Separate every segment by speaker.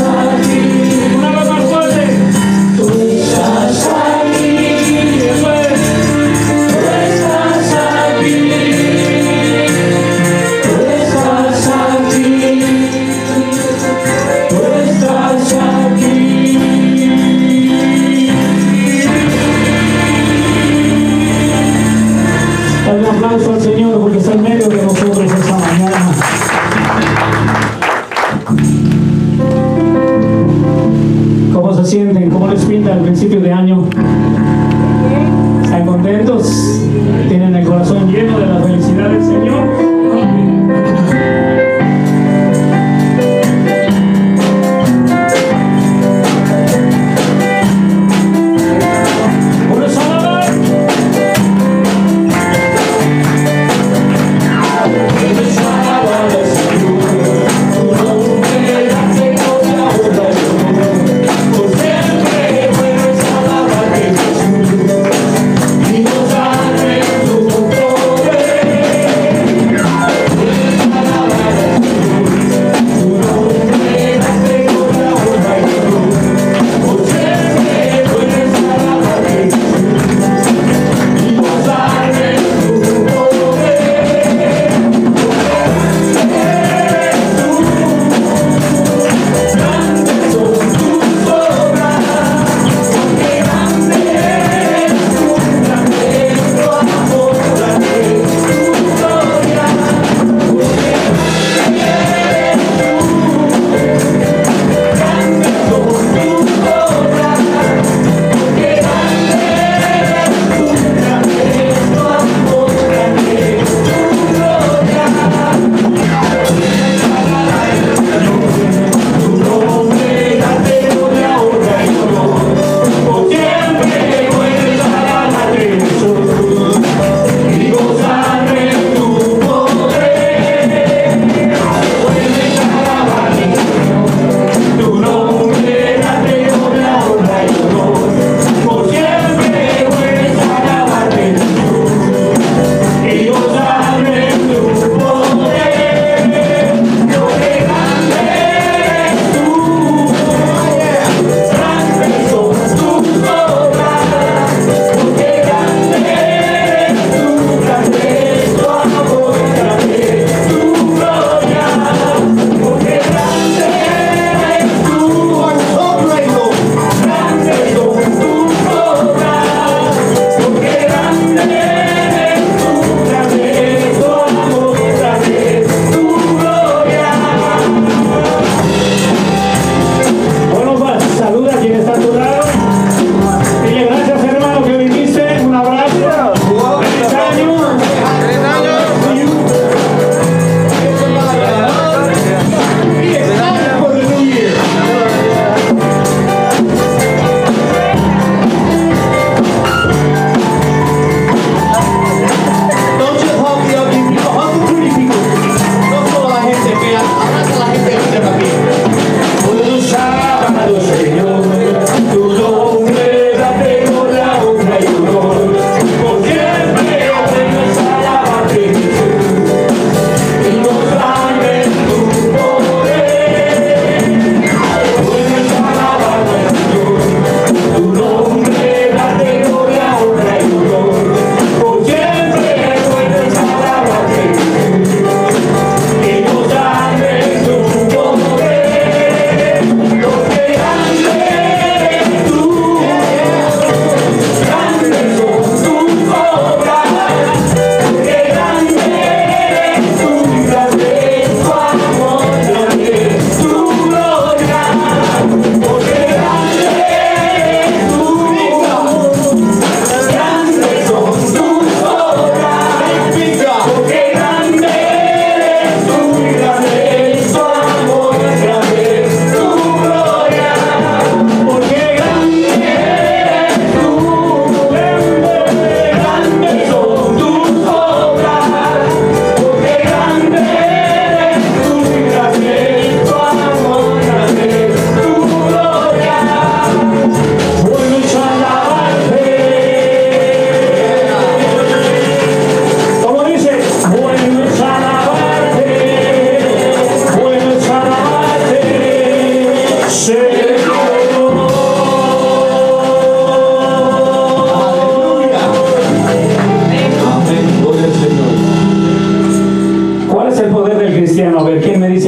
Speaker 1: Una vez más fuerte. Eso es. Dale un aplauso al Señor porque está en medio de nosotros esta mañana. ¿Cómo se sienten? ¿Cómo les pinta el principio de año? ¿Están contentos? ¿Tienen el corazón lleno de la felicidad del Señor? Una sola vez.
Speaker 2: Thank you.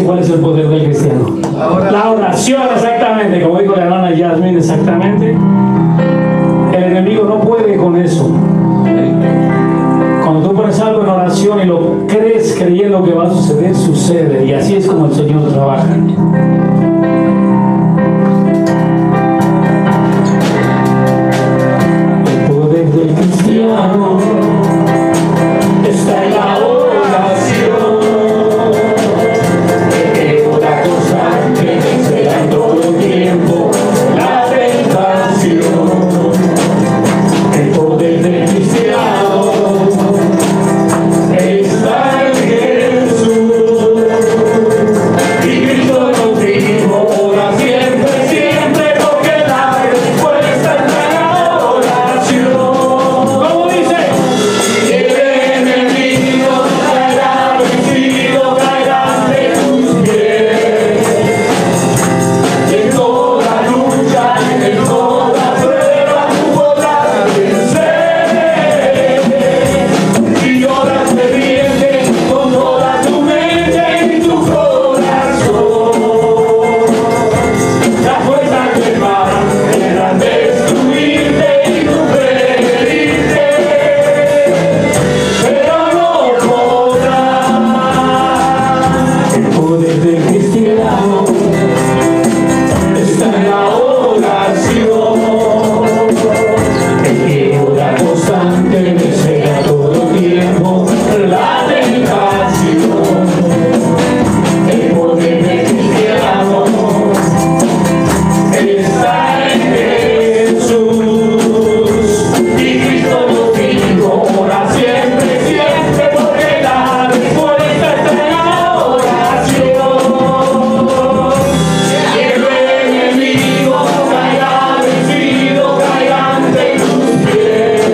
Speaker 1: cuál es el poder del cristiano. La oración, exactamente, como dijo la hermana Yasmin, exactamente. El enemigo no puede con eso. Cuando tú pones algo en oración y lo crees creyendo que va a suceder, sucede. Y así es como el Señor trabaja. El poder del cristiano está en la oración. Que toda cosa que vencerá en todo tiempo la tentación. El poder del cristiano está en Jesús. Y Cristo contigo ora siempre, siempre, porque la respuesta está en la oración. ¿Cómo dice? Y el enemigo caerá vencido, caerá de tus pies. Y en toda lucha, en toda prueba, tú podrás vencer. Y lloras de bien con toda tu mente y tu corazón. La fuerza que va a destruirte y tu pero no podrá. El poder del cristiano está en la oración. El que ora constante vencerá todo tiempo la tentación. El poder del cristiano está en Jesús. Y Cristo contigo ora siempre, siempre, porque la respuesta está en la oración. Y el enemigo caerá vencido, caerá ante tus pies.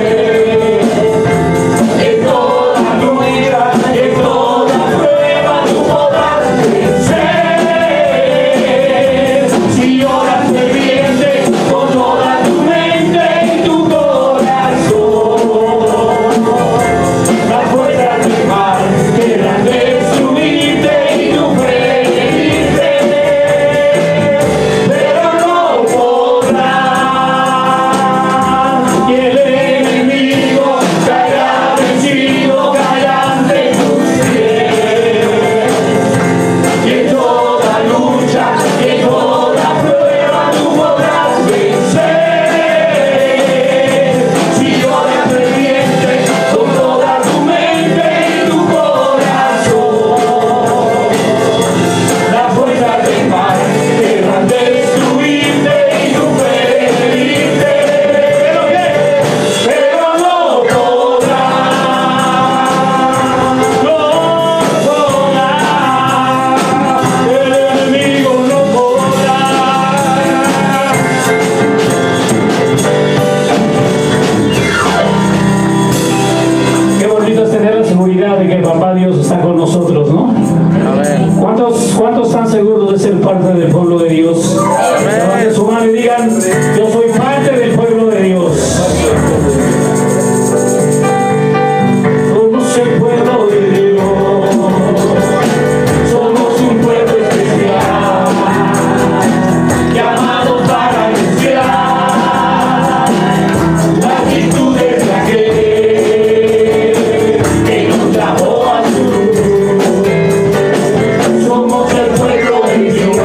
Speaker 1: En toda lucha, en toda prueba, tú podrás vencer. Si oras de bien, con toda tu mente y tu corazón. La fuerza del mal querrán destruirte y tu prevenirte, pero no podrán. Y el enemigo caerá vencido, caerá ante tus pies. Y en toda lucha, y en toda prueba tú podrás vencer. Si oras ferviente con toda tu mente y tu corazón, la fuerza del mal querrán destruirte y tu pedirte. ¿Pero qué? Pero no podrán. No podrán. El enemigo no podrá. Qué bonito es tener la seguridad de que el papá Dios está con nosotros, ¿no? ¿Cuántos, cuántos están seguros de ser parte del pueblo de Dios? Levanten su mano y digan, yo soy parte del pueblo de Dios. Somos el pueblo de Dios, somos un pueblo especial, llamado para anunciar la actitud de aquel que nos llamó a su luz. Somos el pueblo de Dios,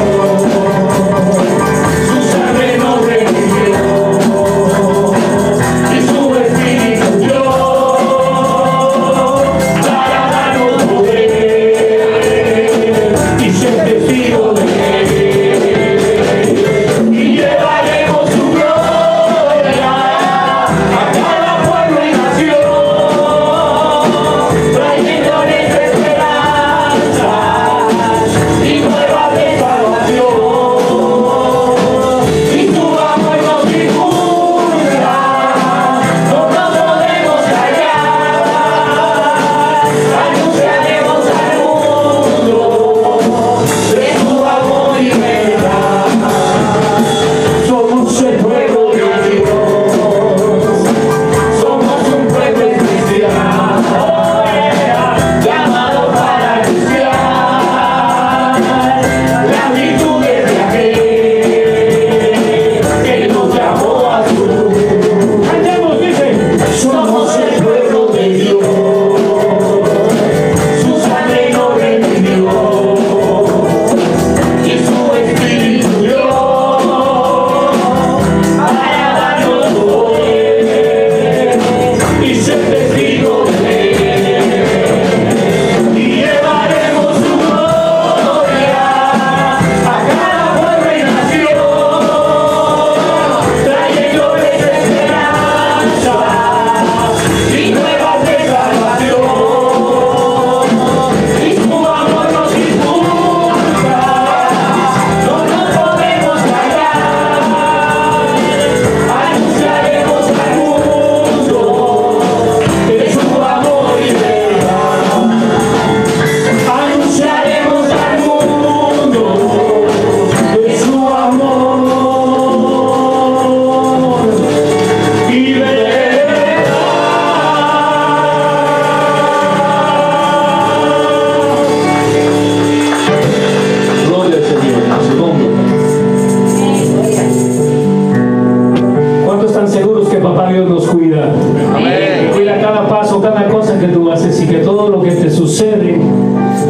Speaker 1: obras o cada cosa que tú haces y que todo lo que te sucede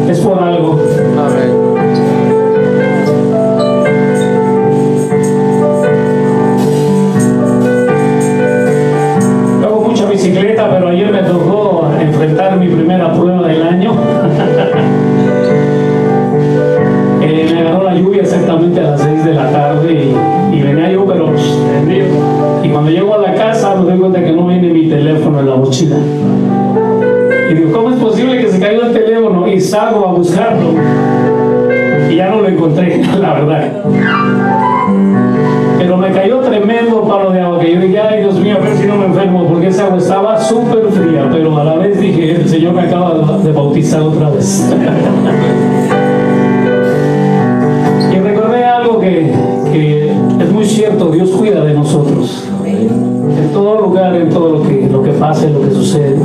Speaker 1: es por algo.
Speaker 2: Amén.
Speaker 1: Yo hago mucha bicicleta, pero ayer me tocó enfrentar mi primera prueba del año. Eh, me agarró la lluvia exactamente a las 6 de la tarde y, y venía yo, pero psh, tendido. Y cuando llego a la casa me doy cuenta que no viene mi teléfono en la mochila. Y digo, ¿cómo es posible que se caiga el teléfono? Y salgo a buscarlo. Y ya no lo encontré, la verdad. Pero me cayó tremendo palo de agua que yo dije, ay Dios mío, a ver si no me enfermo, porque esa agua estaba súper fría, pero a la vez dije, el Señor me acaba de bautizar otra vez. y recordé algo que, que es muy cierto, Dios cuida de nosotros. En todo lugar, en todo lo que, lo que pase, lo que sucede.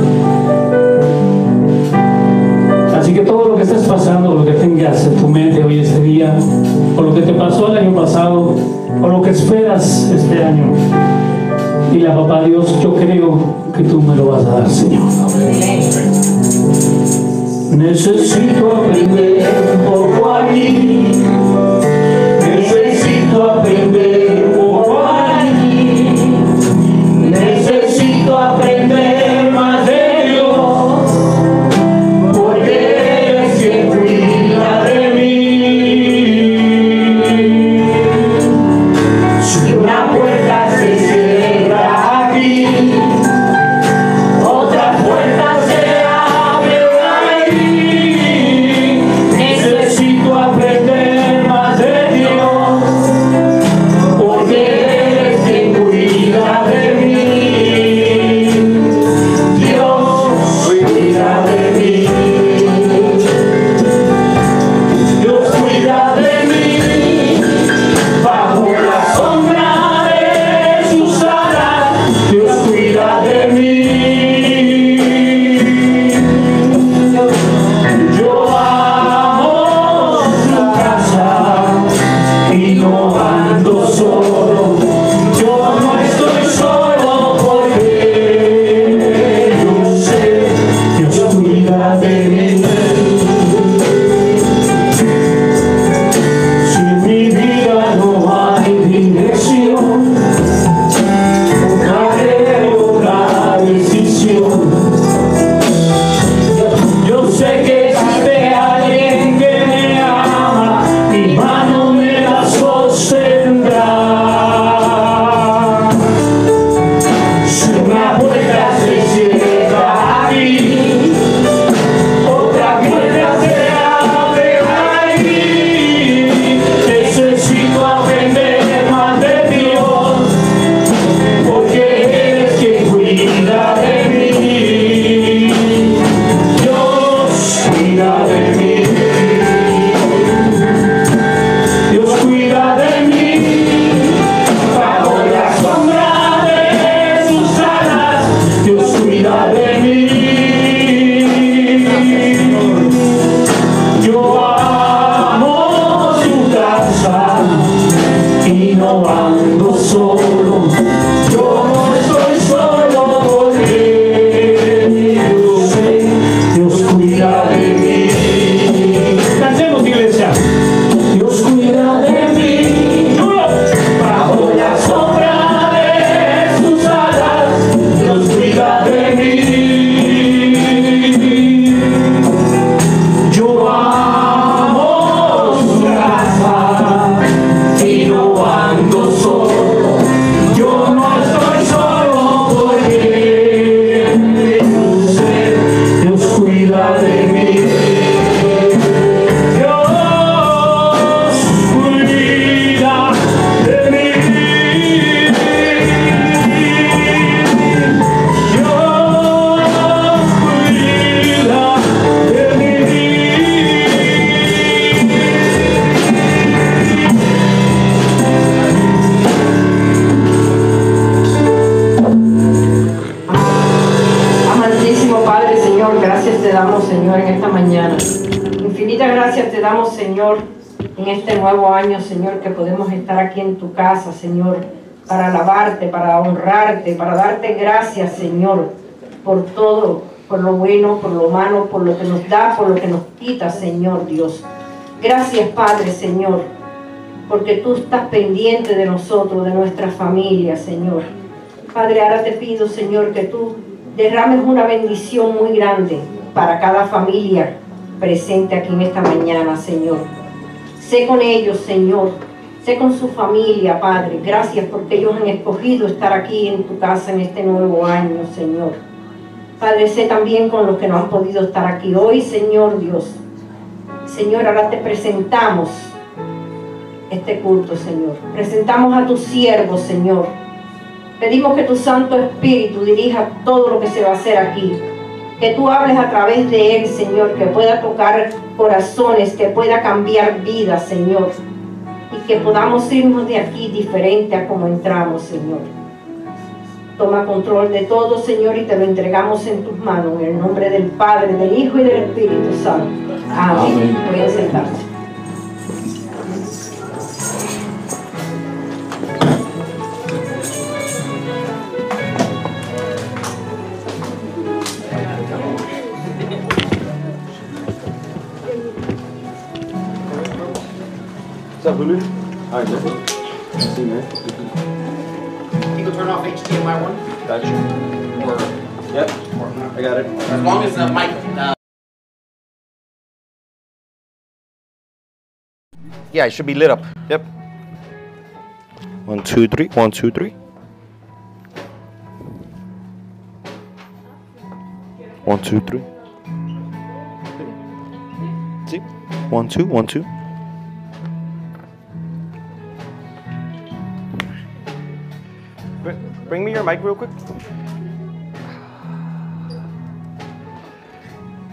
Speaker 1: Así que todo lo que estés pasando, lo que tengas en tu mente hoy este día, o lo que te pasó el año pasado, o lo que esperas este año, y la papá Dios, yo creo que tú me lo vas a dar, Señor. Necesito aprender un poco aquí. Necesito aprender un poco aquí. Necesito aprender más de Dios. Porque Él es quien cuida de mí. Si una puerta se cierra aquí, otra puerta se abre ahí. Necesito aprender más de Dios. Porque Él es quien cuida de mí. Dios cuida de mí. Dios cuida de mí. Bajo la sombra de sus alas, Dios cuida de mí. Yo amo su casa y no ando solo. Yo no estoy solo porque yo sé Dios cuida de mí. Si en mi vida no hay dirección, tomaré otra decisión. Yo sé que existe alguien que me ama, mi mano me la sostendrá. Si una puerta se cierra a mí, otra puerta se abre a mí. Necesito aprender más de Dios, porque Él es quien cuida de mí. Dios cuida de mí. Dios cuida de mí. Bajo la sombra de sus alas, Dios cuida de mí. Yo amo su casa y no ando solo. Yo no estoy solo porque yo sé Dios cuida de mí. Cantemos, iglesia. Dios cuida de mí, bajo la sombra de sus alas, Dios cuida de mí. Yo amo su casa y no ando solo, yo no estoy solo porque yo sé, Dios cuida de mí. Dios cuida de mí. Dios cuida de mí.
Speaker 3: Amantísimo Padre, Señor, gracias te damos, Señor, en esta mañana. Infinitas gracias te damos, Señor, en este nuevo año, Señor, que podemos estar aquí en tu casa, Señor, para alabarte, para honrarte, para darte gracias, Señor, por todo, por lo bueno, por lo malo, por lo que nos da, por lo que nos quita, Señor Dios. Gracias, Padre, Señor, porque tú estás pendiente de nosotros, de nuestra familia, Señor. Padre, ahora te pido, Señor, que tú derrames una bendición muy grande para cada familia presente aquí en esta mañana, Señor. Sé con ellos, Señor. Sé con su familia, Padre. Gracias porque ellos han escogido estar aquí en tu casa en este nuevo año, Señor. Padre, sé también con los que no han podido estar aquí hoy, Señor Dios. Señor, ahora te presentamos este culto, Señor. Presentamos a tus siervos, Señor. Pedimos que tu Santo Espíritu dirija todo lo que se va a hacer aquí. Que tú hables a través de Él, Señor, que pueda tocar corazones, que pueda cambiar vidas, Señor. Y que podamos irnos de aquí diferente a como entramos, Señor. Toma control de todo, Señor, y te lo entregamos en tus manos, en el nombre del Padre, del Hijo y del Espíritu Santo. Amén.
Speaker 4: Amén.
Speaker 3: Voy a sentarse.
Speaker 5: What's up, Lulu? All right, man. See you, man.
Speaker 6: You can turn off HDMI one
Speaker 5: Gotcha.
Speaker 6: or
Speaker 5: Yep, I got it.
Speaker 6: as long as the mic. Uh... Yeah, it should be lit up.
Speaker 5: Yep. One, two, three. One, two, three. One, two, three. See? One, two, one, two. Br- Bring me your mic real quick.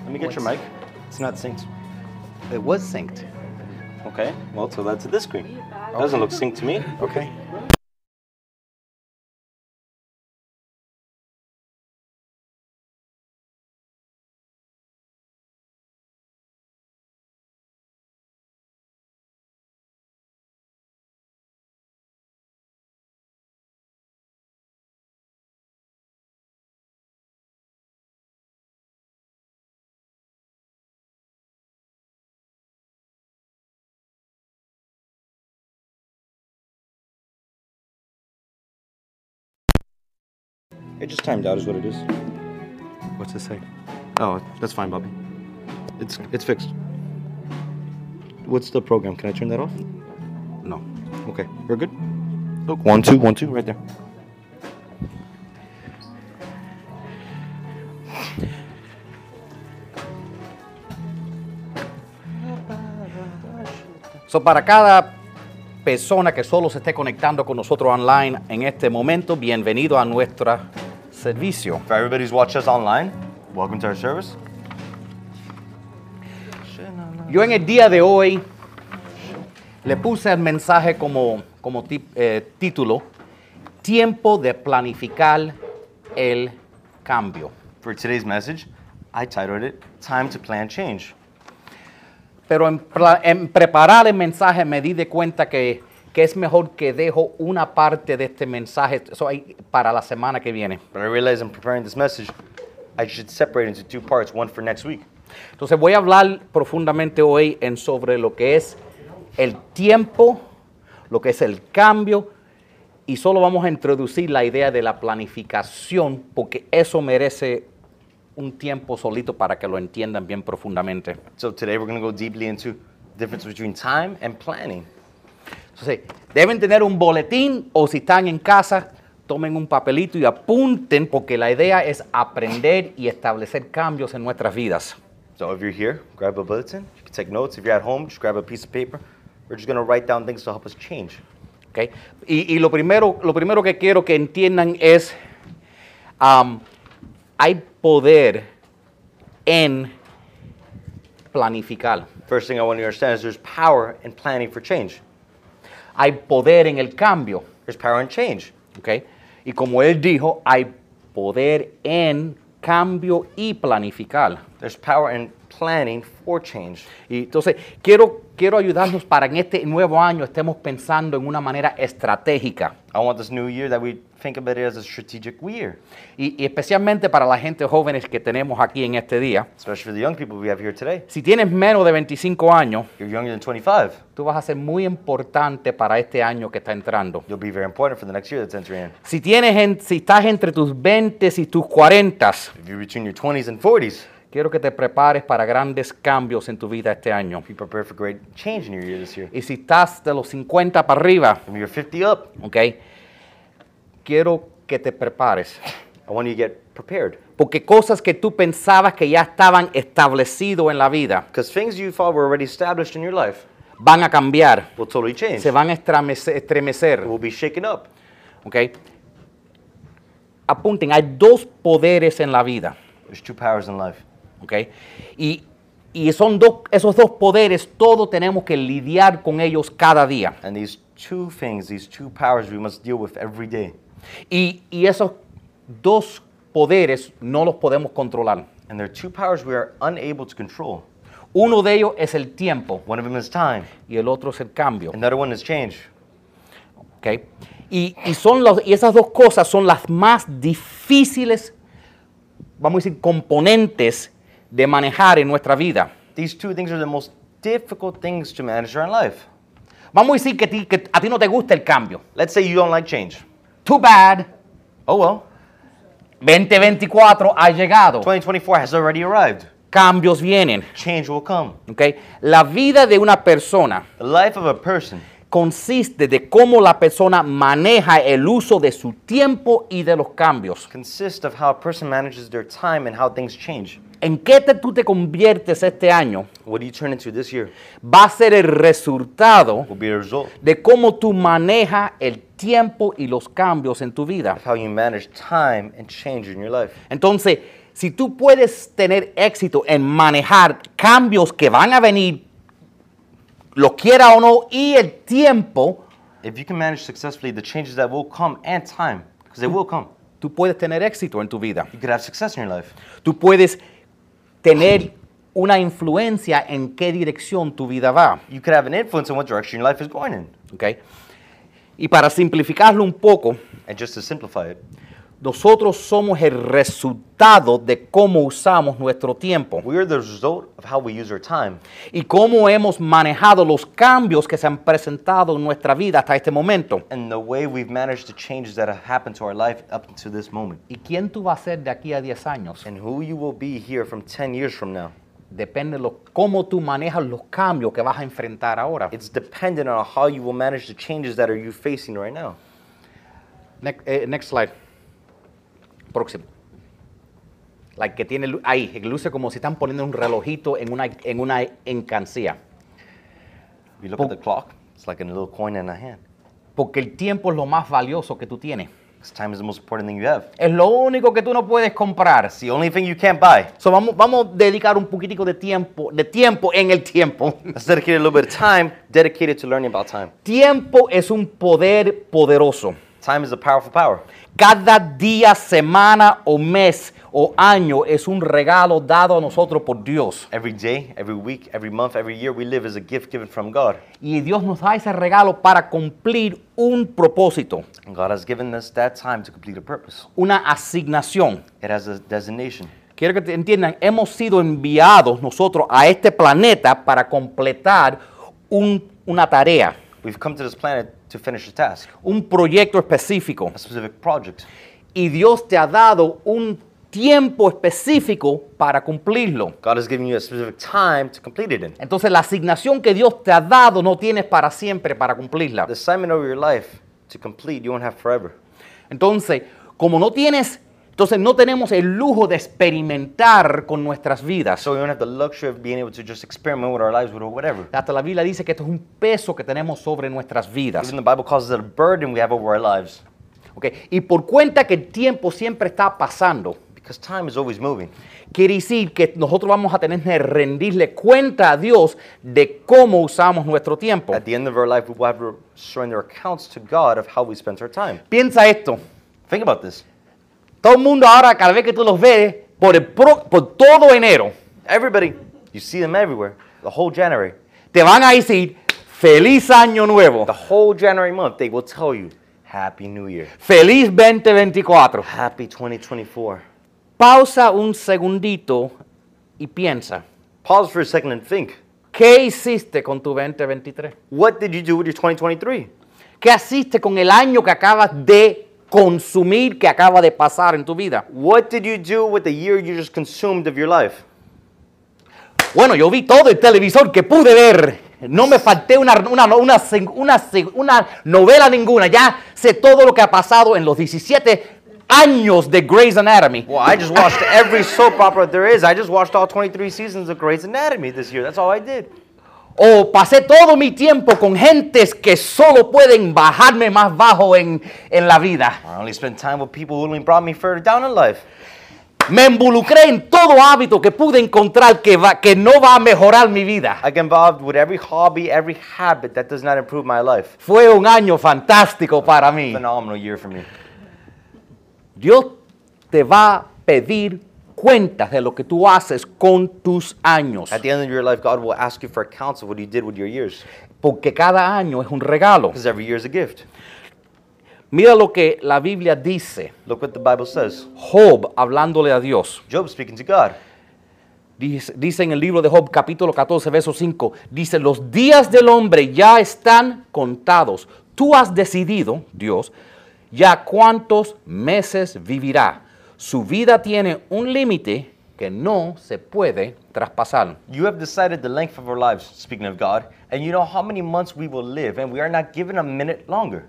Speaker 5: Let me get your mic. It's not synced.
Speaker 7: It was synced.
Speaker 5: Okay, well, so that's this screen. Doesn't look synced to me.
Speaker 7: Okay.
Speaker 5: It just timed out, is what it is. What's this say? Oh, that's fine, Bobby. It's it's fixed. What's the program? Can I turn that off? No. Okay, we're good. Look, one, two, one, two, right there.
Speaker 6: So, para cada persona que solo se esté conectando con nosotros online en este momento, bienvenido a nuestro servicio.
Speaker 5: For everybody who's watched us online, welcome to our service.
Speaker 6: Yo en el día de hoy le puse el mensaje como, como ti- eh, título, tiempo de planificar el cambio.
Speaker 5: For today's message, I titled it "Time to Plan Change."
Speaker 6: Pero en, pla- en preparar el mensaje me di de cuenta que, que es mejor que dejo una parte de este mensaje eso ahí, para la semana que viene.
Speaker 5: But I realized in preparing this message, I should separate into two parts: one for next week.
Speaker 6: Entonces voy a hablar profundamente hoy en sobre lo que es el tiempo, lo que es el cambio, y solo vamos a introducir la idea de la planificación, porque eso merece un tiempo solito para que lo entiendan bien profundamente.
Speaker 5: So today we're going to go deeply into the difference between time and planning.
Speaker 6: Entonces, deben tener un boletín o si están en casa, tomen un papelito y apunten porque la idea es aprender y establecer cambios en nuestras vidas.
Speaker 5: So if you're here, grab a bulletin. You can take notes. If you're at home, just grab a piece of paper. We're just going to write down things to help us change.
Speaker 6: ¿ok? Y, y lo, primero, lo primero que quiero que entiendan es, am, hay poder en planificar.
Speaker 5: First thing I want you to understand is there's power in planning for change.
Speaker 6: Hay poder en el cambio.
Speaker 5: There's power in change.
Speaker 6: ¿ok? Y como él dijo, hay poder en cambio y planificar.
Speaker 5: There's power in planning for change.
Speaker 6: Y entonces, quiero, quiero ayudarnos para en este nuevo año estemos pensando en una manera estratégica.
Speaker 5: I want this new year that we think about it as a strategic year,
Speaker 6: Y, y especialmente para la gente jóvenes que tenemos aquí en este día.
Speaker 5: especially for the young people we have here today.
Speaker 6: Si tienes menos de 25 años,
Speaker 5: You're younger than 25.
Speaker 6: tú vas a ser muy importante para este año que está entrando.
Speaker 5: You'll be very important for the next year that's entering in.
Speaker 6: Si, tienes en- si estás entre tus 20 y tus 40,
Speaker 5: If you're between your 20s and 40s,
Speaker 6: quiero que te prepares para grandes cambios en tu vida este año.
Speaker 5: be prepared for great change in your year this year.
Speaker 6: Y si estás de los 50 para arriba,
Speaker 5: If you're 50 up,
Speaker 6: ¿ok? Quiero que te prepares.
Speaker 5: I want you to get prepared.
Speaker 6: Porque cosas que tú pensabas que ya estaban establecidas en la vida
Speaker 5: Because things you thought were already established in your life
Speaker 6: van a cambiar,
Speaker 5: will totally change.
Speaker 6: se
Speaker 5: It
Speaker 6: van a estremece- estremecer.
Speaker 5: will be shaken up.
Speaker 6: ¿ok? Apunten, hay dos poderes en la vida.
Speaker 5: There's two powers in life.
Speaker 6: ¿ok? Y, y son dos, esos dos poderes, todos tenemos que lidiar con ellos cada día.
Speaker 5: And these two things, these two powers we must deal with every day.
Speaker 6: Y, y esos dos poderes no los podemos controlar.
Speaker 5: And there are two powers we are unable to control.
Speaker 6: Uno de ellos es el tiempo
Speaker 5: One of them is time,
Speaker 6: y el otro es el cambio.
Speaker 5: another one is change.
Speaker 6: ¿ok? Y, y son los, y esas dos cosas son las más difíciles, vamos a decir, componentes de manejar en nuestra vida.
Speaker 5: These two things are the most difficult things to manage around life.
Speaker 6: Vamos a decir que, ti- que a ti no te gusta el cambio.
Speaker 5: Let's say you don't like change.
Speaker 6: Too bad,
Speaker 5: Oh well,
Speaker 6: 2024 ha llegado.
Speaker 5: 2024 has already arrived.
Speaker 6: Cambios vienen.
Speaker 5: Change will come.
Speaker 6: ¿ok? La vida de una persona
Speaker 5: The life of a person
Speaker 6: consiste de cómo la persona maneja el uso de su tiempo y de los cambios.
Speaker 5: consists of how a person manages their time and how things change.
Speaker 6: En qué te- tú te conviertes este año
Speaker 5: What do you turn into this year
Speaker 6: va a ser el resultado
Speaker 5: will be the result
Speaker 6: de cómo tú manejas el tiempo y los cambios en tu vida.
Speaker 5: of how you manage time and change in your life.
Speaker 6: Entonces, si tú puedes tener éxito en manejar cambios que van a venir, los quiera o no, y el tiempo,
Speaker 5: If you can manage successfully the changes that will come and time, because they will come,
Speaker 6: tú puedes tener éxito en tu vida.
Speaker 5: you could have success in your life.
Speaker 6: Tú puedes tener una influencia en qué dirección tu vida va.
Speaker 5: You could have an influence on what direction your life is going in.
Speaker 6: ¿ok? Y para simplificarlo un poco,
Speaker 5: And just to simplify it,
Speaker 6: nosotros somos el resultado de cómo usamos nuestro tiempo.
Speaker 5: we are the result of how we use our time
Speaker 6: y cómo hemos manejado los cambios que se han presentado en nuestra vida hasta este momento.
Speaker 5: and the way we've managed the changes that have happened to our life up until this moment.
Speaker 6: ¿Y quién tú vas a ser de aquí a 10 años?
Speaker 5: And who you will be here from 10 years from now.
Speaker 6: Depende de lo- cómo tú manejas los cambios que vas a enfrentar ahora.
Speaker 5: It's dependent on how you will manage the changes that are you facing right now.
Speaker 6: Ne- eh, next slide. Próximo. La que tiene lu- ahí, que luce como si están poniendo un relojito en una, en una encancía.
Speaker 5: If you look
Speaker 6: Well-
Speaker 5: at the clock, it's like a little coin in a hand.
Speaker 6: Porque el tiempo es lo más valioso que tú tienes.
Speaker 5: Because time is the most important thing you have.
Speaker 6: Es lo único que tú no puedes comprar.
Speaker 5: It's the only thing you can't buy.
Speaker 6: So, vamos, vamos a dedicar un poquitico de tiempo, de tiempo en el tiempo.
Speaker 5: Let's dedicate a little bit of time dedicated to learning about time.
Speaker 6: Tiempo es un poder poderoso.
Speaker 5: Time is a powerful power.
Speaker 6: Cada día, semana o mes o año es un regalo dado a nosotros por Dios.
Speaker 5: Every day, every week, every month, every year we live is a gift given from God.
Speaker 6: Y Dios nos da ese regalo para cumplir un propósito,
Speaker 5: And God has given us that time to complete a purpose.
Speaker 6: una asignación.
Speaker 5: It has a designation.
Speaker 6: Quiero que te entiendan, hemos sido enviados nosotros a este planeta para completar un- una tarea,
Speaker 5: We've come to this planet to finish a task,
Speaker 6: un proyecto específico.
Speaker 5: a specific project.
Speaker 6: Y Dios te ha dado un tiempo específico para cumplirlo.
Speaker 5: God has given you a specific time to complete it in.
Speaker 6: Entonces la asignación que Dios te ha dado no tienes para siempre para cumplirla.
Speaker 5: The assignment over your life to complete, you won't have forever.
Speaker 6: Entonces, como no tienes, entonces no tenemos el lujo de experimentar con nuestras vidas.
Speaker 5: So we don't have the luxury of being able to just experiment with our lives with or whatever.
Speaker 6: Hasta la Biblia dice que esto es un peso que tenemos sobre nuestras vidas.
Speaker 5: Even the Bible calls it a burden we have over our lives
Speaker 6: ¿ok? Y por cuenta que el tiempo siempre está pasando,
Speaker 5: because time is always moving.
Speaker 6: quiere decir que nosotros vamos a tener que rendirle cuenta a Dios de cómo usamos nuestro tiempo.
Speaker 5: At the end of our life, we will have to surrender accounts to God of how we spent our time.
Speaker 6: Piensa esto.
Speaker 5: Think about this.
Speaker 6: Todo el mundo ahora, cada vez que tú los ves, por, el pro- por todo enero,
Speaker 5: Everybody, You see them everywhere. The whole January.
Speaker 6: Te van a decir, feliz año nuevo,
Speaker 5: The whole January month, they will tell you, Happy New Year.
Speaker 6: feliz 2024.
Speaker 5: Happy 2024.
Speaker 6: Pausa un segundito y piensa,
Speaker 5: Pause for a second and think.
Speaker 6: ¿qué hiciste con tu 2023?
Speaker 5: What did you do with your 2023?
Speaker 6: ¿Qué hiciste con el año que acabas de consumir, que acaba de pasar en tu vida?
Speaker 5: What did you do with the year you just consumed of your life?
Speaker 6: Bueno, yo vi todo el televisor que pude ver. No me falté una, una, una, una- una novela ninguna. Ya sé todo lo que ha pasado en los 17 años de Grey's Anatomy.
Speaker 5: Well, I just watched every soap opera there is. I just watched all 23 seasons of Grey's Anatomy this year. That's all I did.
Speaker 6: O pasé todo mi tiempo con gentes que solo pueden bajarme más bajo en, en la vida.
Speaker 5: I only spent time with people who only brought me further down in life.
Speaker 6: Me involucré en todo hábito que pude encontrar que, va- que no va a mejorar mi vida.
Speaker 5: I get involved with every hobby, every habit that does not improve my life.
Speaker 6: Fue un año fantástico para mí.
Speaker 5: Phenomenal year for me.
Speaker 6: Dios te va a pedir cuentas de lo que tú haces con tus años.
Speaker 5: At the end of your life, God will ask you for accounts of what you did with your years.
Speaker 6: Porque cada año es un regalo.
Speaker 5: Because every year is a gift.
Speaker 6: Mira lo que la Biblia dice.
Speaker 5: Look what the Bible says.
Speaker 6: Job hablándole a Dios.
Speaker 5: Job speaking to God.
Speaker 6: Dice, dice en el libro de Job capítulo 14, verso 5. Dice, los días del hombre ya están contados. Tú has decidido, Dios, ya cuántos meses vivirá. Su vida tiene un límite que no se puede traspasar.
Speaker 5: You have decided the length of our lives, speaking of God, and you know how many months we will live, and we are not given a minute longer.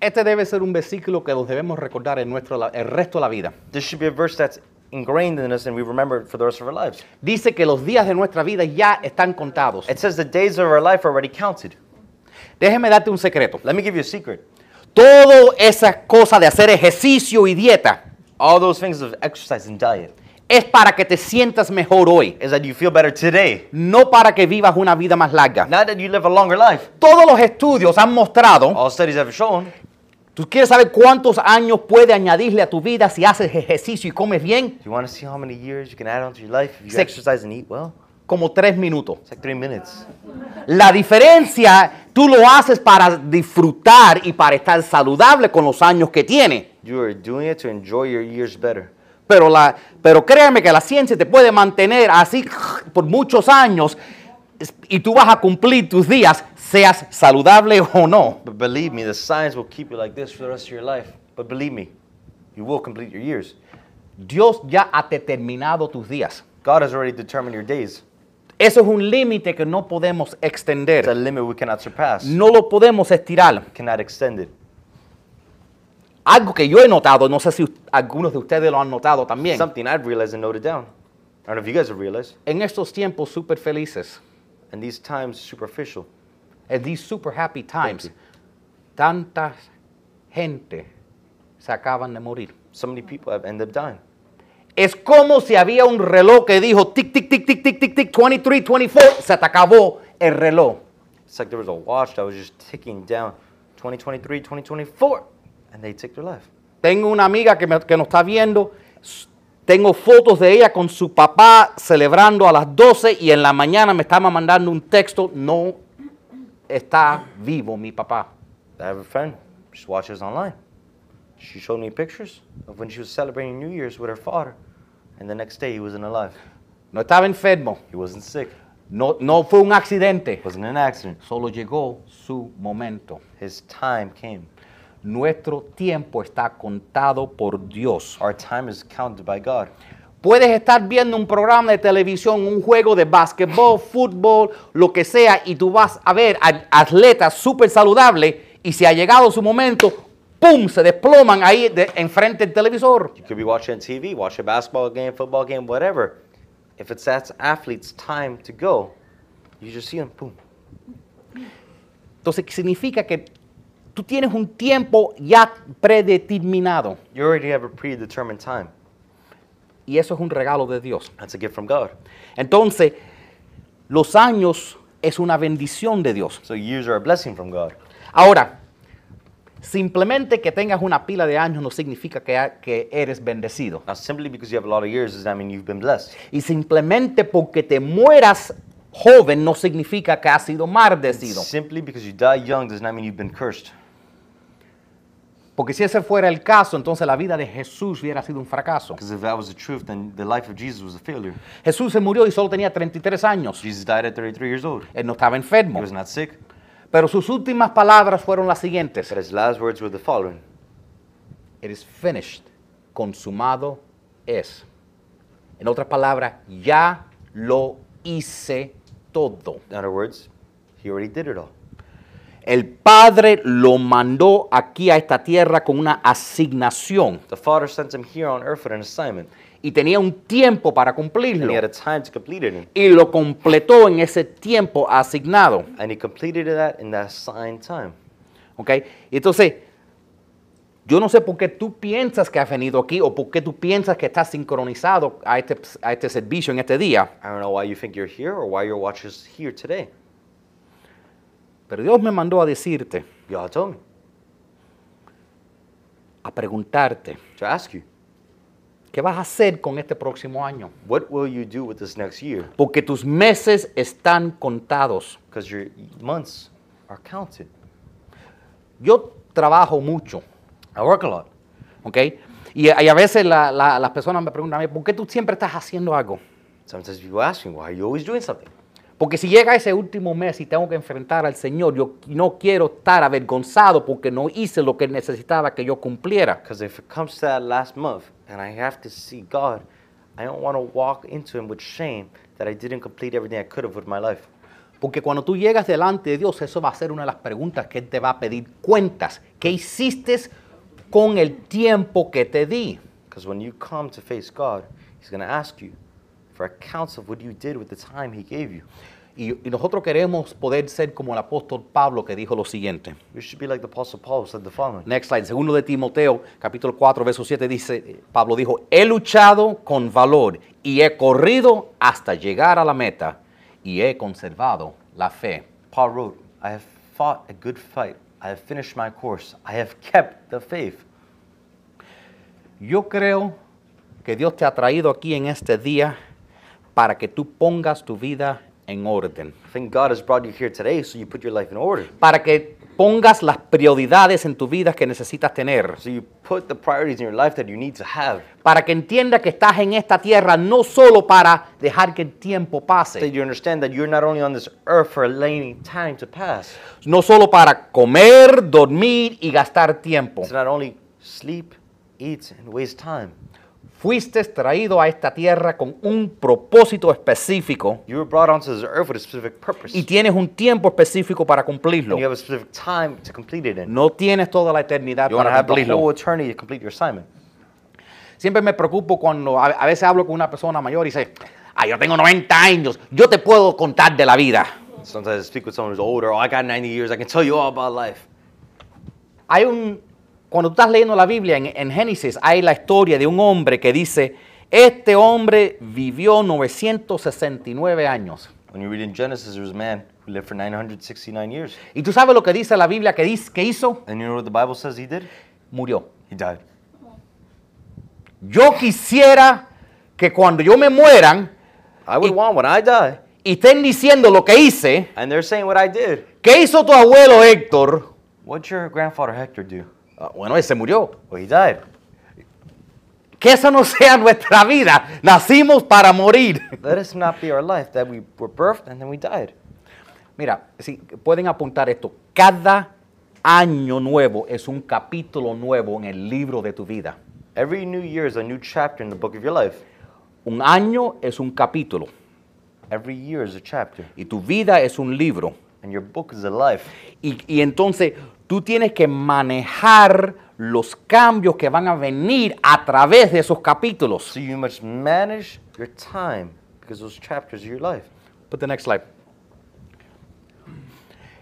Speaker 6: Este debe ser un versículo que nos debemos recordar en nuestro, la- el resto de la vida.
Speaker 5: This should be a verse that's ingrained in us and we remember it for the rest of our lives.
Speaker 6: Dice que los días de nuestra vida ya están contados.
Speaker 5: It says the days of our life are already counted.
Speaker 6: Déjeme darte un secreto.
Speaker 5: Let me give you a secret.
Speaker 6: Todas esas cosas de hacer ejercicio y dieta
Speaker 5: All those things of exercise and diet
Speaker 6: es para que te sientas mejor hoy,
Speaker 5: is that you feel better today,
Speaker 6: no para que vivas una vida más larga.
Speaker 5: not that you live a longer life.
Speaker 6: Todos los estudios han mostrado,
Speaker 5: All studies have shown.
Speaker 6: tú quieres saber cuántos años puede añadirle a tu vida si haces ejercicio y comes bien,
Speaker 5: Do you want to see how many years you can add onto your life if you
Speaker 6: Six.
Speaker 5: exercise and eat well?
Speaker 6: como tres minutos.
Speaker 5: It's like three minutes.
Speaker 6: La diferencia, tú lo haces para disfrutar y para estar saludable con los años que tiene.
Speaker 5: You are doing it to enjoy your years better.
Speaker 6: Pero, la, pero créeme que la ciencia te puede mantener así por muchos años es- y tú vas a cumplir tus días, seas saludable o no.
Speaker 5: But believe me, the science will keep you like this for the rest of your life. But believe me, you will complete your years.
Speaker 6: Dios ya ha determinado tus días.
Speaker 5: God has already determined your days.
Speaker 6: Eso es un límite que no podemos
Speaker 5: It's a
Speaker 6: extender.
Speaker 5: limit we cannot surpass.
Speaker 6: No lo podemos estirar.
Speaker 5: Cannot extend it.
Speaker 6: Algo que yo he notado, no sé si u- algunos de ustedes lo han notado también,
Speaker 5: Something I've realized and noted down. I don't know if you guys have realized.
Speaker 6: en estos tiempos súper felices.
Speaker 5: And these times superficial.
Speaker 6: At these super happy times,
Speaker 5: you.
Speaker 6: tantas gente se acaban de morir.
Speaker 5: So many people have ended up dying.
Speaker 6: Es como si había un reloj que dijo tic, tic, tic, tic, tic, tic, tic, 23, 24, se te acabó el reloj.
Speaker 5: It's like there was a watch that was just ticking down 2023, 2024, and they took their life.
Speaker 6: Tengo una amiga que, me- que nos está viendo, s- tengo fotos de ella con su papá celebrando a las 12 y en la mañana me estaba mandando un texto, no está vivo mi papá.
Speaker 5: I have a friend, she watches online. She showed me pictures of when she was celebrating New Year's with her father, and the next day he wasn't alive.
Speaker 6: No estaba enfermo,
Speaker 5: He wasn't sick,
Speaker 6: no, no fue un accidente,
Speaker 5: wasn't in an accident.
Speaker 6: solo llegó su momento.
Speaker 5: His time came.
Speaker 6: Nuestro tiempo está contado por Dios.
Speaker 5: Our time is counted by God.
Speaker 6: Puedes estar viendo un programa de televisión, un juego de básquetbol, fútbol, lo que sea, y tú vas a ver a atletas súper saludables y si ha llegado su momento, ¡pum! se desploman ahí de- enfrente del televisor.
Speaker 5: You could be watching TV, watch a basketball game, football game, whatever. If it's that athlete's time to go, you just see him, boom.
Speaker 6: Entonces significa que tú tienes un tiempo ya predeterminado
Speaker 5: You already have a predetermined time.
Speaker 6: y eso es un regalo de Dios.
Speaker 5: That's a gift from God.
Speaker 6: Entonces, los años es una bendición de Dios.
Speaker 5: So years are a blessing from God.
Speaker 6: Ahora, Simplemente que tengas una pila de años no significa que, ha- que eres bendecido.
Speaker 5: Now, simply because you have a lot of years does not mean you've been blessed.
Speaker 6: Y simplemente porque te mueras joven no significa que has sido maldecido.
Speaker 5: Simply because you die young does not mean you've been cursed.
Speaker 6: Porque si ese fuera el caso, entonces la vida de Jesús hubiera sido un fracaso.
Speaker 5: Because if that was the truth, then the life of Jesus was a failure.
Speaker 6: Jesús se murió y solo tenía 33 años.
Speaker 5: Jesus died at 33 years old.
Speaker 6: Él no estaba
Speaker 5: He
Speaker 6: enfermo.
Speaker 5: was not sick.
Speaker 6: Pero sus últimas palabras fueron las siguientes.
Speaker 5: But his last words were the following
Speaker 6: It is finished. Consumado es. En otras palabras, ya lo hice todo.
Speaker 5: In other words, he already did it all.
Speaker 6: El Padre lo mandó aquí a esta tierra con una asignación
Speaker 5: The Father sent him here on earth with an assignment,
Speaker 6: y tenía un tiempo para
Speaker 5: and he had a
Speaker 6: cumplirlo.
Speaker 5: time to complete it in.
Speaker 6: Y lo completó en ese tiempo asignado.
Speaker 5: And he completed that in that assigned time.
Speaker 6: ¿Ok? Y entonces, yo no sé por qué tú piensas que has venido aquí o por qué tú piensas que estás sincronizado a este, a este servicio en este día.
Speaker 5: I don't know why you think you're here or why your watch is here today.
Speaker 6: Pero Dios me mandó a decirte,
Speaker 5: God told me
Speaker 6: a preguntarte,
Speaker 5: to ask you,
Speaker 6: ¿qué vas a hacer con este próximo año?
Speaker 5: what will you do with this next year?
Speaker 6: Porque tus meses están contados.
Speaker 5: Because your months are counted.
Speaker 6: Yo trabajo mucho,
Speaker 5: I work a lot.
Speaker 6: ¿ok? Y, y a veces la- la- las personas me preguntan, a mí, ¿por qué tú siempre estás haciendo algo?
Speaker 5: Sometimes people ask me, why are you always doing something?
Speaker 6: Porque si llega ese último mes y tengo que enfrentar al Señor, yo no quiero estar avergonzado porque no hice lo que Él necesitaba que yo cumpliera.
Speaker 5: Because if it comes to that last month and I have to see God, I don't want to walk into Him with shame that I didn't complete everything I could have with my life.
Speaker 6: Porque cuando tú llegas delante de Dios, eso va a ser una de las preguntas que Él te va a pedir cuentas. ¿Qué hiciste con el tiempo que te di?
Speaker 5: Because when you come to face God, He's going to ask you for accounts of what you did with the time He gave you.
Speaker 6: Y, y nosotros queremos poder ser como el apóstol Pablo que dijo lo siguiente.
Speaker 5: We should be like the Apostle Paul said the following.
Speaker 6: Next slide, segundo de Timoteo, capítulo 4, verso 7, dice, Pablo dijo, he luchado con valor y he corrido hasta llegar a la meta y he conservado la fe.
Speaker 5: Paul wrote, I have fought a good fight. I have finished my course. I have kept the faith.
Speaker 6: Yo creo que Dios te ha traído aquí en este día para que tú pongas tu vida en orden,
Speaker 5: I think God has brought you here today so you put your life in order.
Speaker 6: para que pongas las prioridades en tu vida que necesitas tener,
Speaker 5: So you put the priorities in your life that you need to have.
Speaker 6: para que entiendas que estás en esta tierra no solo para dejar que el tiempo
Speaker 5: That
Speaker 6: pase,
Speaker 5: you understand that you're not only on this earth for allowing time to pass.
Speaker 6: no solo para comer, dormir y gastar tiempo.
Speaker 5: It's not only sleep, eat, and waste time.
Speaker 6: Fuiste traído a esta tierra con un propósito específico
Speaker 5: You were brought onto this earth with a specific purpose.
Speaker 6: y tienes un tiempo específico para
Speaker 5: And
Speaker 6: cumplirlo.
Speaker 5: you have a specific time to complete it in.
Speaker 6: No tienes toda la eternidad
Speaker 5: You want to
Speaker 6: para
Speaker 5: have the whole
Speaker 6: cumplirlo.
Speaker 5: eternity to complete your assignment.
Speaker 6: Siempre me preocupo cuando a, a veces hablo con una persona mayor y dice, ah, yo tengo 90 años, yo te puedo contar de la vida.
Speaker 5: Sometimes I speak with someone who's older. Oh, I got 90 years. I can tell you all about life.
Speaker 6: Hay un, cuando tú estás leyendo la Biblia en, en Génesis, hay la historia de un hombre que dice, este hombre vivió 969 años.
Speaker 5: When you read in Genesis, there was a man who lived for 969 years.
Speaker 6: Y tú sabes lo que dice la Biblia que, dice, que hizo,
Speaker 5: And you know what the Bible says he did?
Speaker 6: murió.
Speaker 5: He died.
Speaker 6: Yo quisiera que cuando yo me mueran
Speaker 5: I would
Speaker 6: It-
Speaker 5: want when I die.
Speaker 6: y estén diciendo lo que hice,
Speaker 5: And they're saying what I did.
Speaker 6: ¿qué hizo tu abuelo Héctor?
Speaker 5: What'd your grandfather Hector do?
Speaker 6: Ah, Bueno, ese murió.
Speaker 5: Well, he died.
Speaker 6: Que esa no sea nuestra vida. Nacimos para morir.
Speaker 5: Let us not be our life that we were birthed and then we died.
Speaker 6: Mira, si pueden apuntar esto. Cada año nuevo es un capítulo nuevo en el libro de tu vida.
Speaker 5: Every new year is a new chapter in the book of your life.
Speaker 6: Un año es un capítulo
Speaker 5: Every year is a chapter.
Speaker 6: y tu vida es un libro.
Speaker 5: And your book is a life.
Speaker 6: Y, y entonces tú tienes que manejar los cambios que van a venir a través de esos capítulos.
Speaker 5: So you must manage your time because those chapters are your life.
Speaker 6: Put the next slide.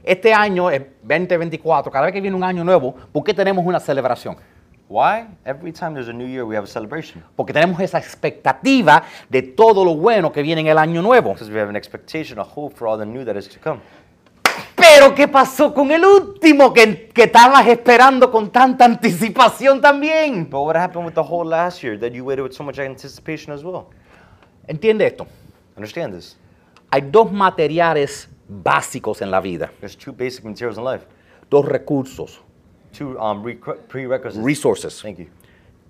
Speaker 6: Este año es 2024. Cada vez que viene un año nuevo, ¿por qué tenemos una celebración?
Speaker 5: Why? Every time there's a new year, we have a celebration.
Speaker 6: Porque tenemos esa expectativa de todo lo bueno que viene en el año nuevo.
Speaker 5: Because we have an expectation, a hope for all the new that is to come.
Speaker 6: Pero ¿qué pasó con el último que, que estabas esperando con tanta anticipación también?
Speaker 5: But what happened with the whole last year that you waited with so much anticipation as well?
Speaker 6: Entiende esto.
Speaker 5: Understand this.
Speaker 6: Hay dos materiales básicos en la vida,
Speaker 5: There's two basic materials in life,
Speaker 6: dos recursos,
Speaker 5: two um, re- prerequisites.
Speaker 6: resources,
Speaker 5: Thank you.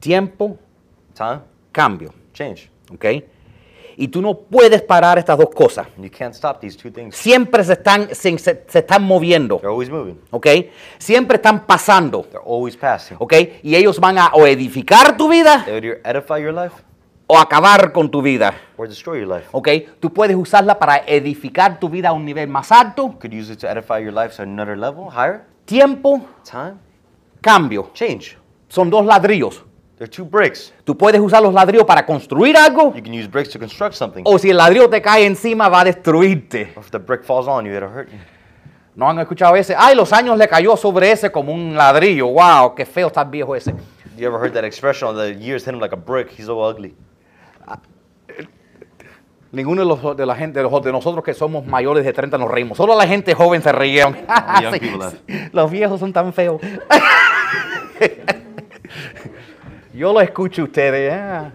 Speaker 6: tiempo,
Speaker 5: Time,
Speaker 6: cambio,
Speaker 5: change.
Speaker 6: ¿ok? Y tú no puedes parar estas dos cosas.
Speaker 5: You can't stop these two things.
Speaker 6: Siempre se están, se- se- se están moviendo,
Speaker 5: They're always moving.
Speaker 6: ¿ok? Siempre están pasando,
Speaker 5: They're always passing.
Speaker 6: ¿ok? Y ellos van a o edificar tu vida
Speaker 5: They would either edify your life
Speaker 6: o acabar con tu vida,
Speaker 5: or destroy your life.
Speaker 6: ¿ok? Tú puedes usarla para edificar tu vida a un nivel más alto,
Speaker 5: You could use it to edify your life to another level, higher.
Speaker 6: tiempo,
Speaker 5: Time,
Speaker 6: cambio.
Speaker 5: change.
Speaker 6: Son dos ladrillos.
Speaker 5: They're two bricks.
Speaker 6: Tú puedes usar los ladrillos para construir algo
Speaker 5: You can use bricks to construct something.
Speaker 6: o si el ladrillo te cae encima va a destruirte.
Speaker 5: Or if the brick falls on you, it'll hurt you.
Speaker 6: No han escuchado ese. Ay, los años le cayó sobre ese como un ladrillo. Wow, qué feo está el viejo ese.
Speaker 5: You ever heard that expression? The years hit him like a brick. He's so ugly.
Speaker 6: Ninguno de los de la gente de, los- de nosotros que somos mayores de 30 nos reímos. Solo la gente joven se reía.
Speaker 5: young
Speaker 6: Sí,
Speaker 5: people laugh.
Speaker 6: sí. los viejos son tan feos. Yo lo escucho a ustedes. ah.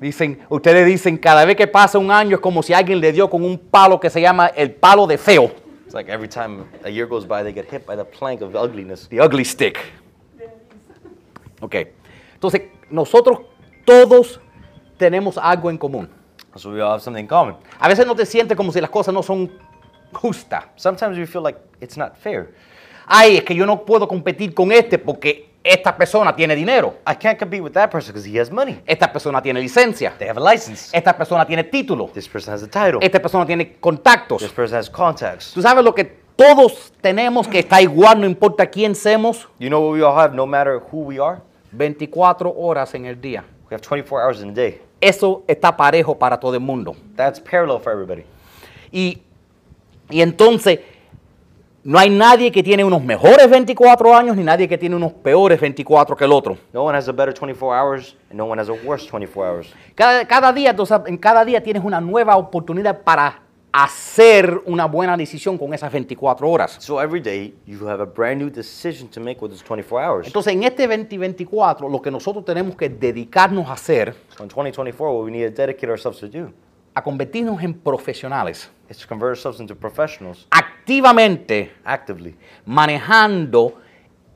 Speaker 6: Dicen, ustedes dicen, cada vez que pasa un año es como si alguien le dio con un palo que se llama el palo de feo.
Speaker 5: It's like every time a year goes by, they get hit by the plank of ugliness.
Speaker 6: The ugly stick. Ok. Entonces, nosotros todos tenemos algo en común.
Speaker 5: So we all have something in common.
Speaker 6: A veces no te sientes como si las cosas no son justas.
Speaker 5: Sometimes we feel like it's not fair.
Speaker 6: Ay, es que yo no puedo competir con este porque esta persona tiene dinero,
Speaker 5: I can't compete with that person because he has money.
Speaker 6: esta persona tiene licencia,
Speaker 5: They have a license.
Speaker 6: esta persona tiene título,
Speaker 5: This person has a title.
Speaker 6: esta persona tiene
Speaker 5: This
Speaker 6: contactos.
Speaker 5: person has contacts.
Speaker 6: Tú sabes lo que todos tenemos que está igual, no importa quién seamos,
Speaker 5: You know what we all have, no matter who we are?
Speaker 6: 24 horas en el día.
Speaker 5: We have 24 hours in a day.
Speaker 6: Eso está parejo para todo el mundo.
Speaker 5: That's parallel for everybody.
Speaker 6: Y, y entonces, no hay nadie que tiene unos mejores 24 años ni nadie que tiene unos peores 24 que el otro.
Speaker 5: No one has a better 24 hours, and no one has a worse 24 hours.
Speaker 6: Cada, cada día, tú sab- en cada día tienes una nueva oportunidad para hacer una buena decisión con esas 24 horas.
Speaker 5: So every day, you have a brand new decision to make with those 24 hours.
Speaker 6: Entonces, en este 2024, lo que nosotros tenemos que dedicarnos a hacer,
Speaker 5: So in 2024, what we need to dedicate ourselves to do
Speaker 6: a convertirnos en profesionales,
Speaker 5: is to convert ourselves into professionals
Speaker 6: activamente
Speaker 5: actively,
Speaker 6: manejando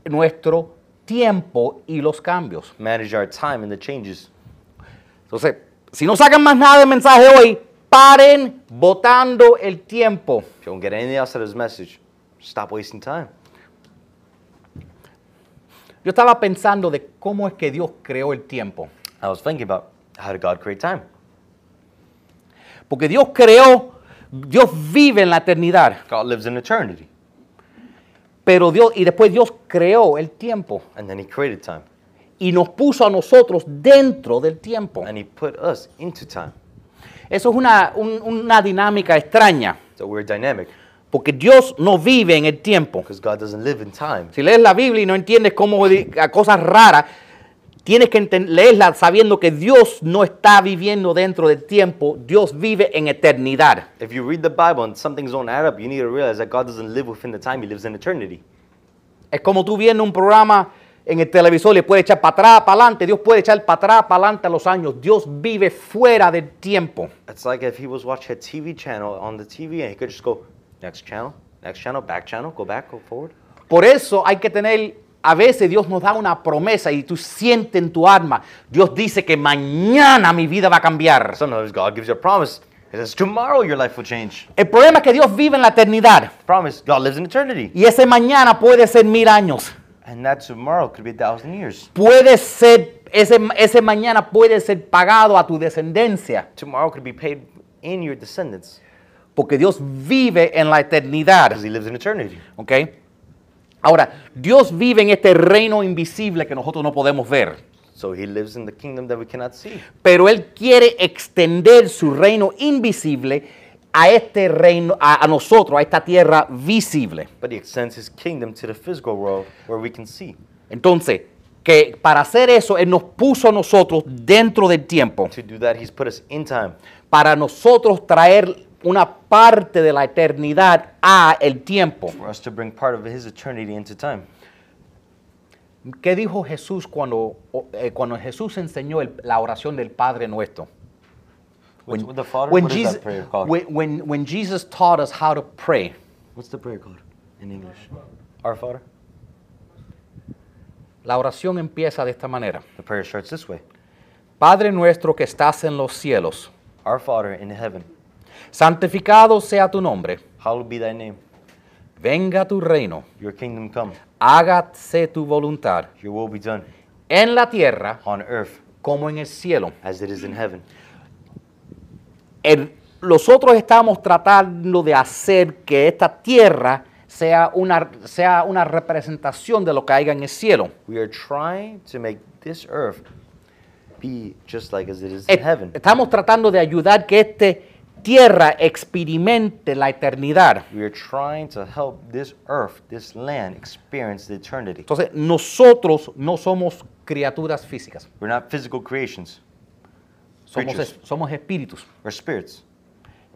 Speaker 6: nuestro tiempo y los cambios.
Speaker 5: manage our time and the changes.
Speaker 6: Entonces, si no sacan más nada de mensaje hoy, paren votando el tiempo.
Speaker 5: If you don't get anything else out of this message, stop wasting time.
Speaker 6: Yo estaba pensando de cómo es que Dios creó el tiempo.
Speaker 5: I was thinking about how did God create time?
Speaker 6: Porque Dios creó, Dios vive en la eternidad,
Speaker 5: God lives in eternity,
Speaker 6: pero Dios y después Dios creó el tiempo
Speaker 5: and then He created time,
Speaker 6: y nos puso a nosotros dentro del tiempo.
Speaker 5: and He put us into time.
Speaker 6: Eso es una, un- una dinámica extraña,
Speaker 5: So we're dynamic
Speaker 6: porque Dios no vive en el tiempo.
Speaker 5: because God doesn't live in time.
Speaker 6: Si lees la Biblia y no entiendes cómo di- a cosas raras, tienes que enten- leerla sabiendo que Dios no está viviendo dentro del tiempo, Dios vive en eternidad.
Speaker 5: If you read the Bible and some things don't add up, you need to realize that God doesn't live within the time, He lives in eternity.
Speaker 6: Es como tú viendo un programa en el televisor, le puedes echar para atrás, para adelante. Dios puede echar para atrás, para adelante a los años. Dios vive fuera del tiempo.
Speaker 5: It's like if He was watching a TV channel on the TV and He could just go, next channel, next channel, back channel, go back, go forward.
Speaker 6: Por eso hay que tener, a veces Dios nos da una promesa y tú sientes en tu alma, Dios dice que mañana mi vida va a cambiar.
Speaker 5: Sometimes God gives you a promise. He says, tomorrow your life will change.
Speaker 6: El problema es que Dios vive en la eternidad
Speaker 5: Promise, God lives in eternity.
Speaker 6: y ese mañana puede ser mil años.
Speaker 5: And that tomorrow could be a thousand years.
Speaker 6: Puede ser, ese, ese mañana puede ser pagado a tu descendencia.
Speaker 5: Tomorrow could be paid in your descendants
Speaker 6: Porque Dios vive en la eternidad.
Speaker 5: because He lives in eternity.
Speaker 6: ¿Ok? Ahora, Dios vive en este reino invisible que nosotros no podemos ver,
Speaker 5: So He lives in the kingdom that we cannot see.
Speaker 6: pero Él quiere extender su reino invisible a este reino, a, a nosotros, a esta tierra visible.
Speaker 5: But He extends His kingdom to the physical world where we can see.
Speaker 6: Entonces, que para hacer eso, Él nos puso a nosotros dentro del tiempo,
Speaker 5: To do that, He's put us in time.
Speaker 6: para nosotros traer una parte de la eternidad a el tiempo.
Speaker 5: for us to bring part of his eternity into time.
Speaker 6: ¿Qué dijo Jesús cuando, o- eh, cuando Jesús enseñó el- la oración del Padre Nuestro?
Speaker 5: What's, with the Father,
Speaker 6: when
Speaker 5: what is
Speaker 6: Jesus,
Speaker 5: that prayer called?
Speaker 6: when- when- when Jesus taught us how to pray,
Speaker 5: What's the prayer called in English? Our Father.
Speaker 6: la oración empieza de esta manera.
Speaker 5: The prayer starts this way.
Speaker 6: Padre nuestro que estás en los cielos,
Speaker 5: Our Father in heaven,
Speaker 6: santificado sea tu nombre,
Speaker 5: hallowed be thy name.
Speaker 6: venga tu reino,
Speaker 5: Your kingdom come.
Speaker 6: hágase tu voluntad,
Speaker 5: Your will be done
Speaker 6: en la tierra
Speaker 5: on earth
Speaker 6: como en el cielo.
Speaker 5: as it is in heaven.
Speaker 6: El- nosotros estamos tratando de hacer que esta tierra sea una, sea una representación de lo que haya en el cielo.
Speaker 5: We are trying to make this earth be just like as it is in
Speaker 6: Et-
Speaker 5: heaven.
Speaker 6: Estamos tratando de ayudar que esta tierra experimente la eternidad.
Speaker 5: We are trying to help this earth, this land, experience the eternity.
Speaker 6: Entonces, nosotros no somos criaturas físicas,
Speaker 5: We're not physical creations.
Speaker 6: somos,
Speaker 5: Creatures.
Speaker 6: es- somos espíritus,
Speaker 5: We're spirits,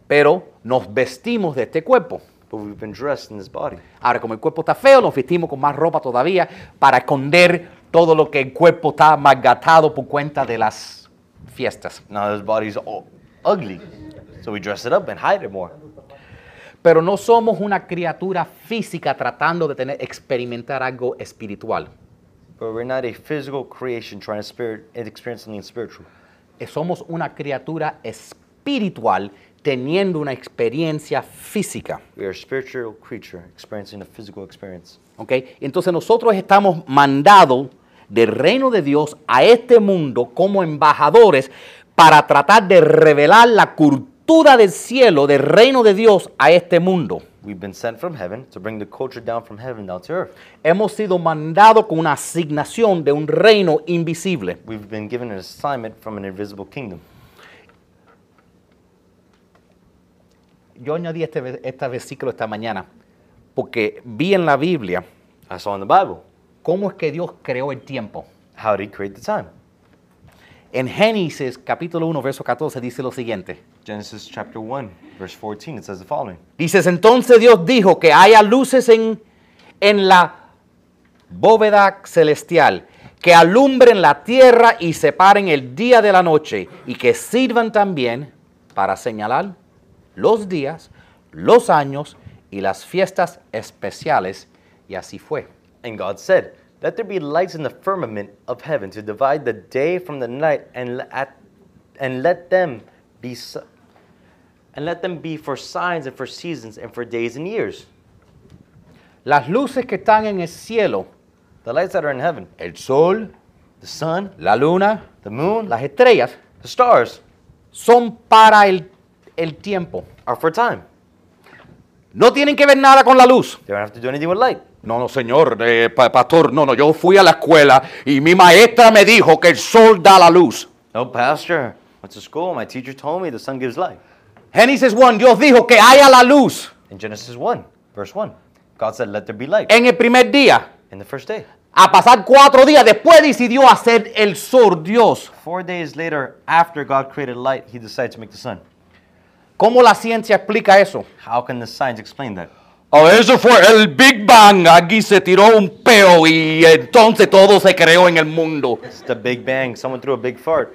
Speaker 6: pero nos vestimos de este cuerpo.
Speaker 5: but we've been dressed in this body.
Speaker 6: Ahora, como el cuerpo está feo, nos vestimos con más ropa todavía para esconder todo lo que el cuerpo está malgatado por cuenta de las fiestas.
Speaker 5: Now this body's all ugly, so we dress it up and hide it more.
Speaker 6: Pero no somos una criatura física tratando de tener, experimentar algo espiritual.
Speaker 5: But we're not a physical creation trying to spirit and experience something spiritual.
Speaker 6: Eh, Somos una criatura espiritual teniendo una experiencia física.
Speaker 5: We are a spiritual creature experiencing a physical experience.
Speaker 6: ¿ok? Entonces nosotros estamos mandados del reino de Dios a este mundo como embajadores para tratar de revelar la cultura del cielo, del reino de Dios a este mundo.
Speaker 5: We've been sent from heaven to bring the culture down from heaven down to earth.
Speaker 6: Hemos sido mandados con una asignación de un reino invisible.
Speaker 5: We've been given an assignment from an invisible kingdom.
Speaker 6: Yo añadí este, ve- este versículo esta mañana porque vi en la Biblia
Speaker 5: I saw in the Bible
Speaker 6: cómo es que Dios creó el tiempo.
Speaker 5: how did he create the time?
Speaker 6: En Génesis capítulo 1, verso 14 dice lo siguiente.
Speaker 5: Genesis chapter 1, verse 14, it says the following.
Speaker 6: Dices, entonces Dios dijo que haya luces en, en la bóveda celestial, que alumbren la tierra y separen el día de la noche, y que sirvan también para señalar los días, los años y las fiestas especiales. Y así fue.
Speaker 5: And God said, Let there be lights in the firmament of heaven to divide the day from the night, and le- at, and let them be s- and let them be for signs and for seasons and for days and years.
Speaker 6: Las luces que están en el cielo,
Speaker 5: The lights that are in heaven,
Speaker 6: el sol,
Speaker 5: the sun,
Speaker 6: la luna,
Speaker 5: the moon,
Speaker 6: las estrellas,
Speaker 5: the stars,
Speaker 6: son para el, el tiempo.
Speaker 5: are for time.
Speaker 6: No tienen que ver nada con la luz.
Speaker 5: They don't have to do anything with light.
Speaker 6: No, no, señor, eh, pa- pastor, no, no, yo fui a la escuela y mi maestra me dijo que el sol da la luz.
Speaker 5: No pastor. Went to school. My teacher told me the sun gives light.
Speaker 6: Génesis 1, Dios dijo que haya la luz
Speaker 5: In Genesis 1, verse 1, God said, Let there be light.
Speaker 6: en el primer día.
Speaker 5: In the first day.
Speaker 6: A pasar cuatro días después decidió hacer el sol Dios.
Speaker 5: Four days later, after God created light, he decided to make the sun.
Speaker 6: ¿Cómo la ciencia explica eso?
Speaker 5: How can the science explain that?
Speaker 6: Oh, eso fue el Big Bang. Aquí se tiró un peo y entonces todo se creó en el mundo.
Speaker 5: It's the Big Bang. Someone threw a big fart.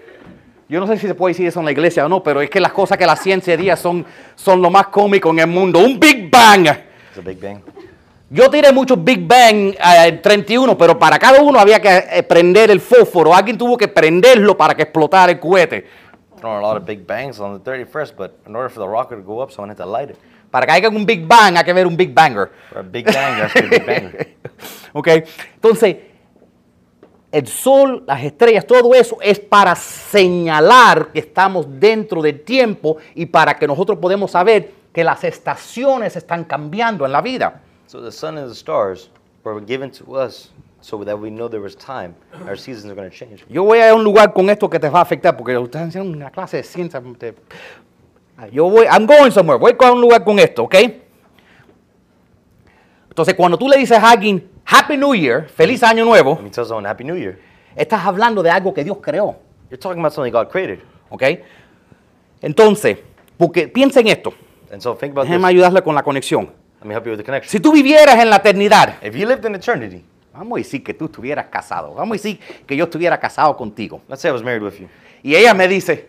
Speaker 6: Yo no sé si se puede decir eso en la iglesia o no, pero es que las cosas que la ciencia día son, son lo más cómico en el mundo. Un Big Bang.
Speaker 5: It's a Big Bang.
Speaker 6: Yo tiré muchos Big Bang eh, 31, pero para cada uno había que eh, prender el fósforo. Alguien tuvo que prenderlo para que explotara el cohete.
Speaker 5: Throwing a lot of Big Bangs on the 31st, but in order for the rocket to go up, someone had to light it.
Speaker 6: Para que haya un Big Bang hay que ver un Big Banger.
Speaker 5: For a Big Bang, that's a Big Banger.
Speaker 6: ¿Ok? Entonces, el sol, las estrellas, todo eso es para señalar que estamos dentro del tiempo y para que nosotros podemos saber que las estaciones están cambiando en la vida.
Speaker 5: So the sun and the stars were given to us so that we know there was time. Our seasons are going to change.
Speaker 6: Yo voy a un lugar con esto que te va a afectar porque ustedes haciendo una clase de ciencia. te- Yo voy, I'm going somewhere, voy a un lugar con esto, ¿ok? Entonces, cuando tú le dices a alguien Happy New Year, feliz año nuevo,
Speaker 5: When you tell someone Happy New Year,
Speaker 6: estás hablando de algo que Dios creó,
Speaker 5: you're talking about something God created.
Speaker 6: ¿ok? Entonces, porque piensa en esto.
Speaker 5: And so think about this.
Speaker 6: Déjeme ayudarle con la conexión.
Speaker 5: Let me help you with the connection.
Speaker 6: Si tú vivieras en la eternidad,
Speaker 5: If you lived in eternity,
Speaker 6: vamos a decir que tú estuvieras casado, vamos a decir que yo estuviera casado contigo.
Speaker 5: let's say I was married with you.
Speaker 6: Y ella me dice,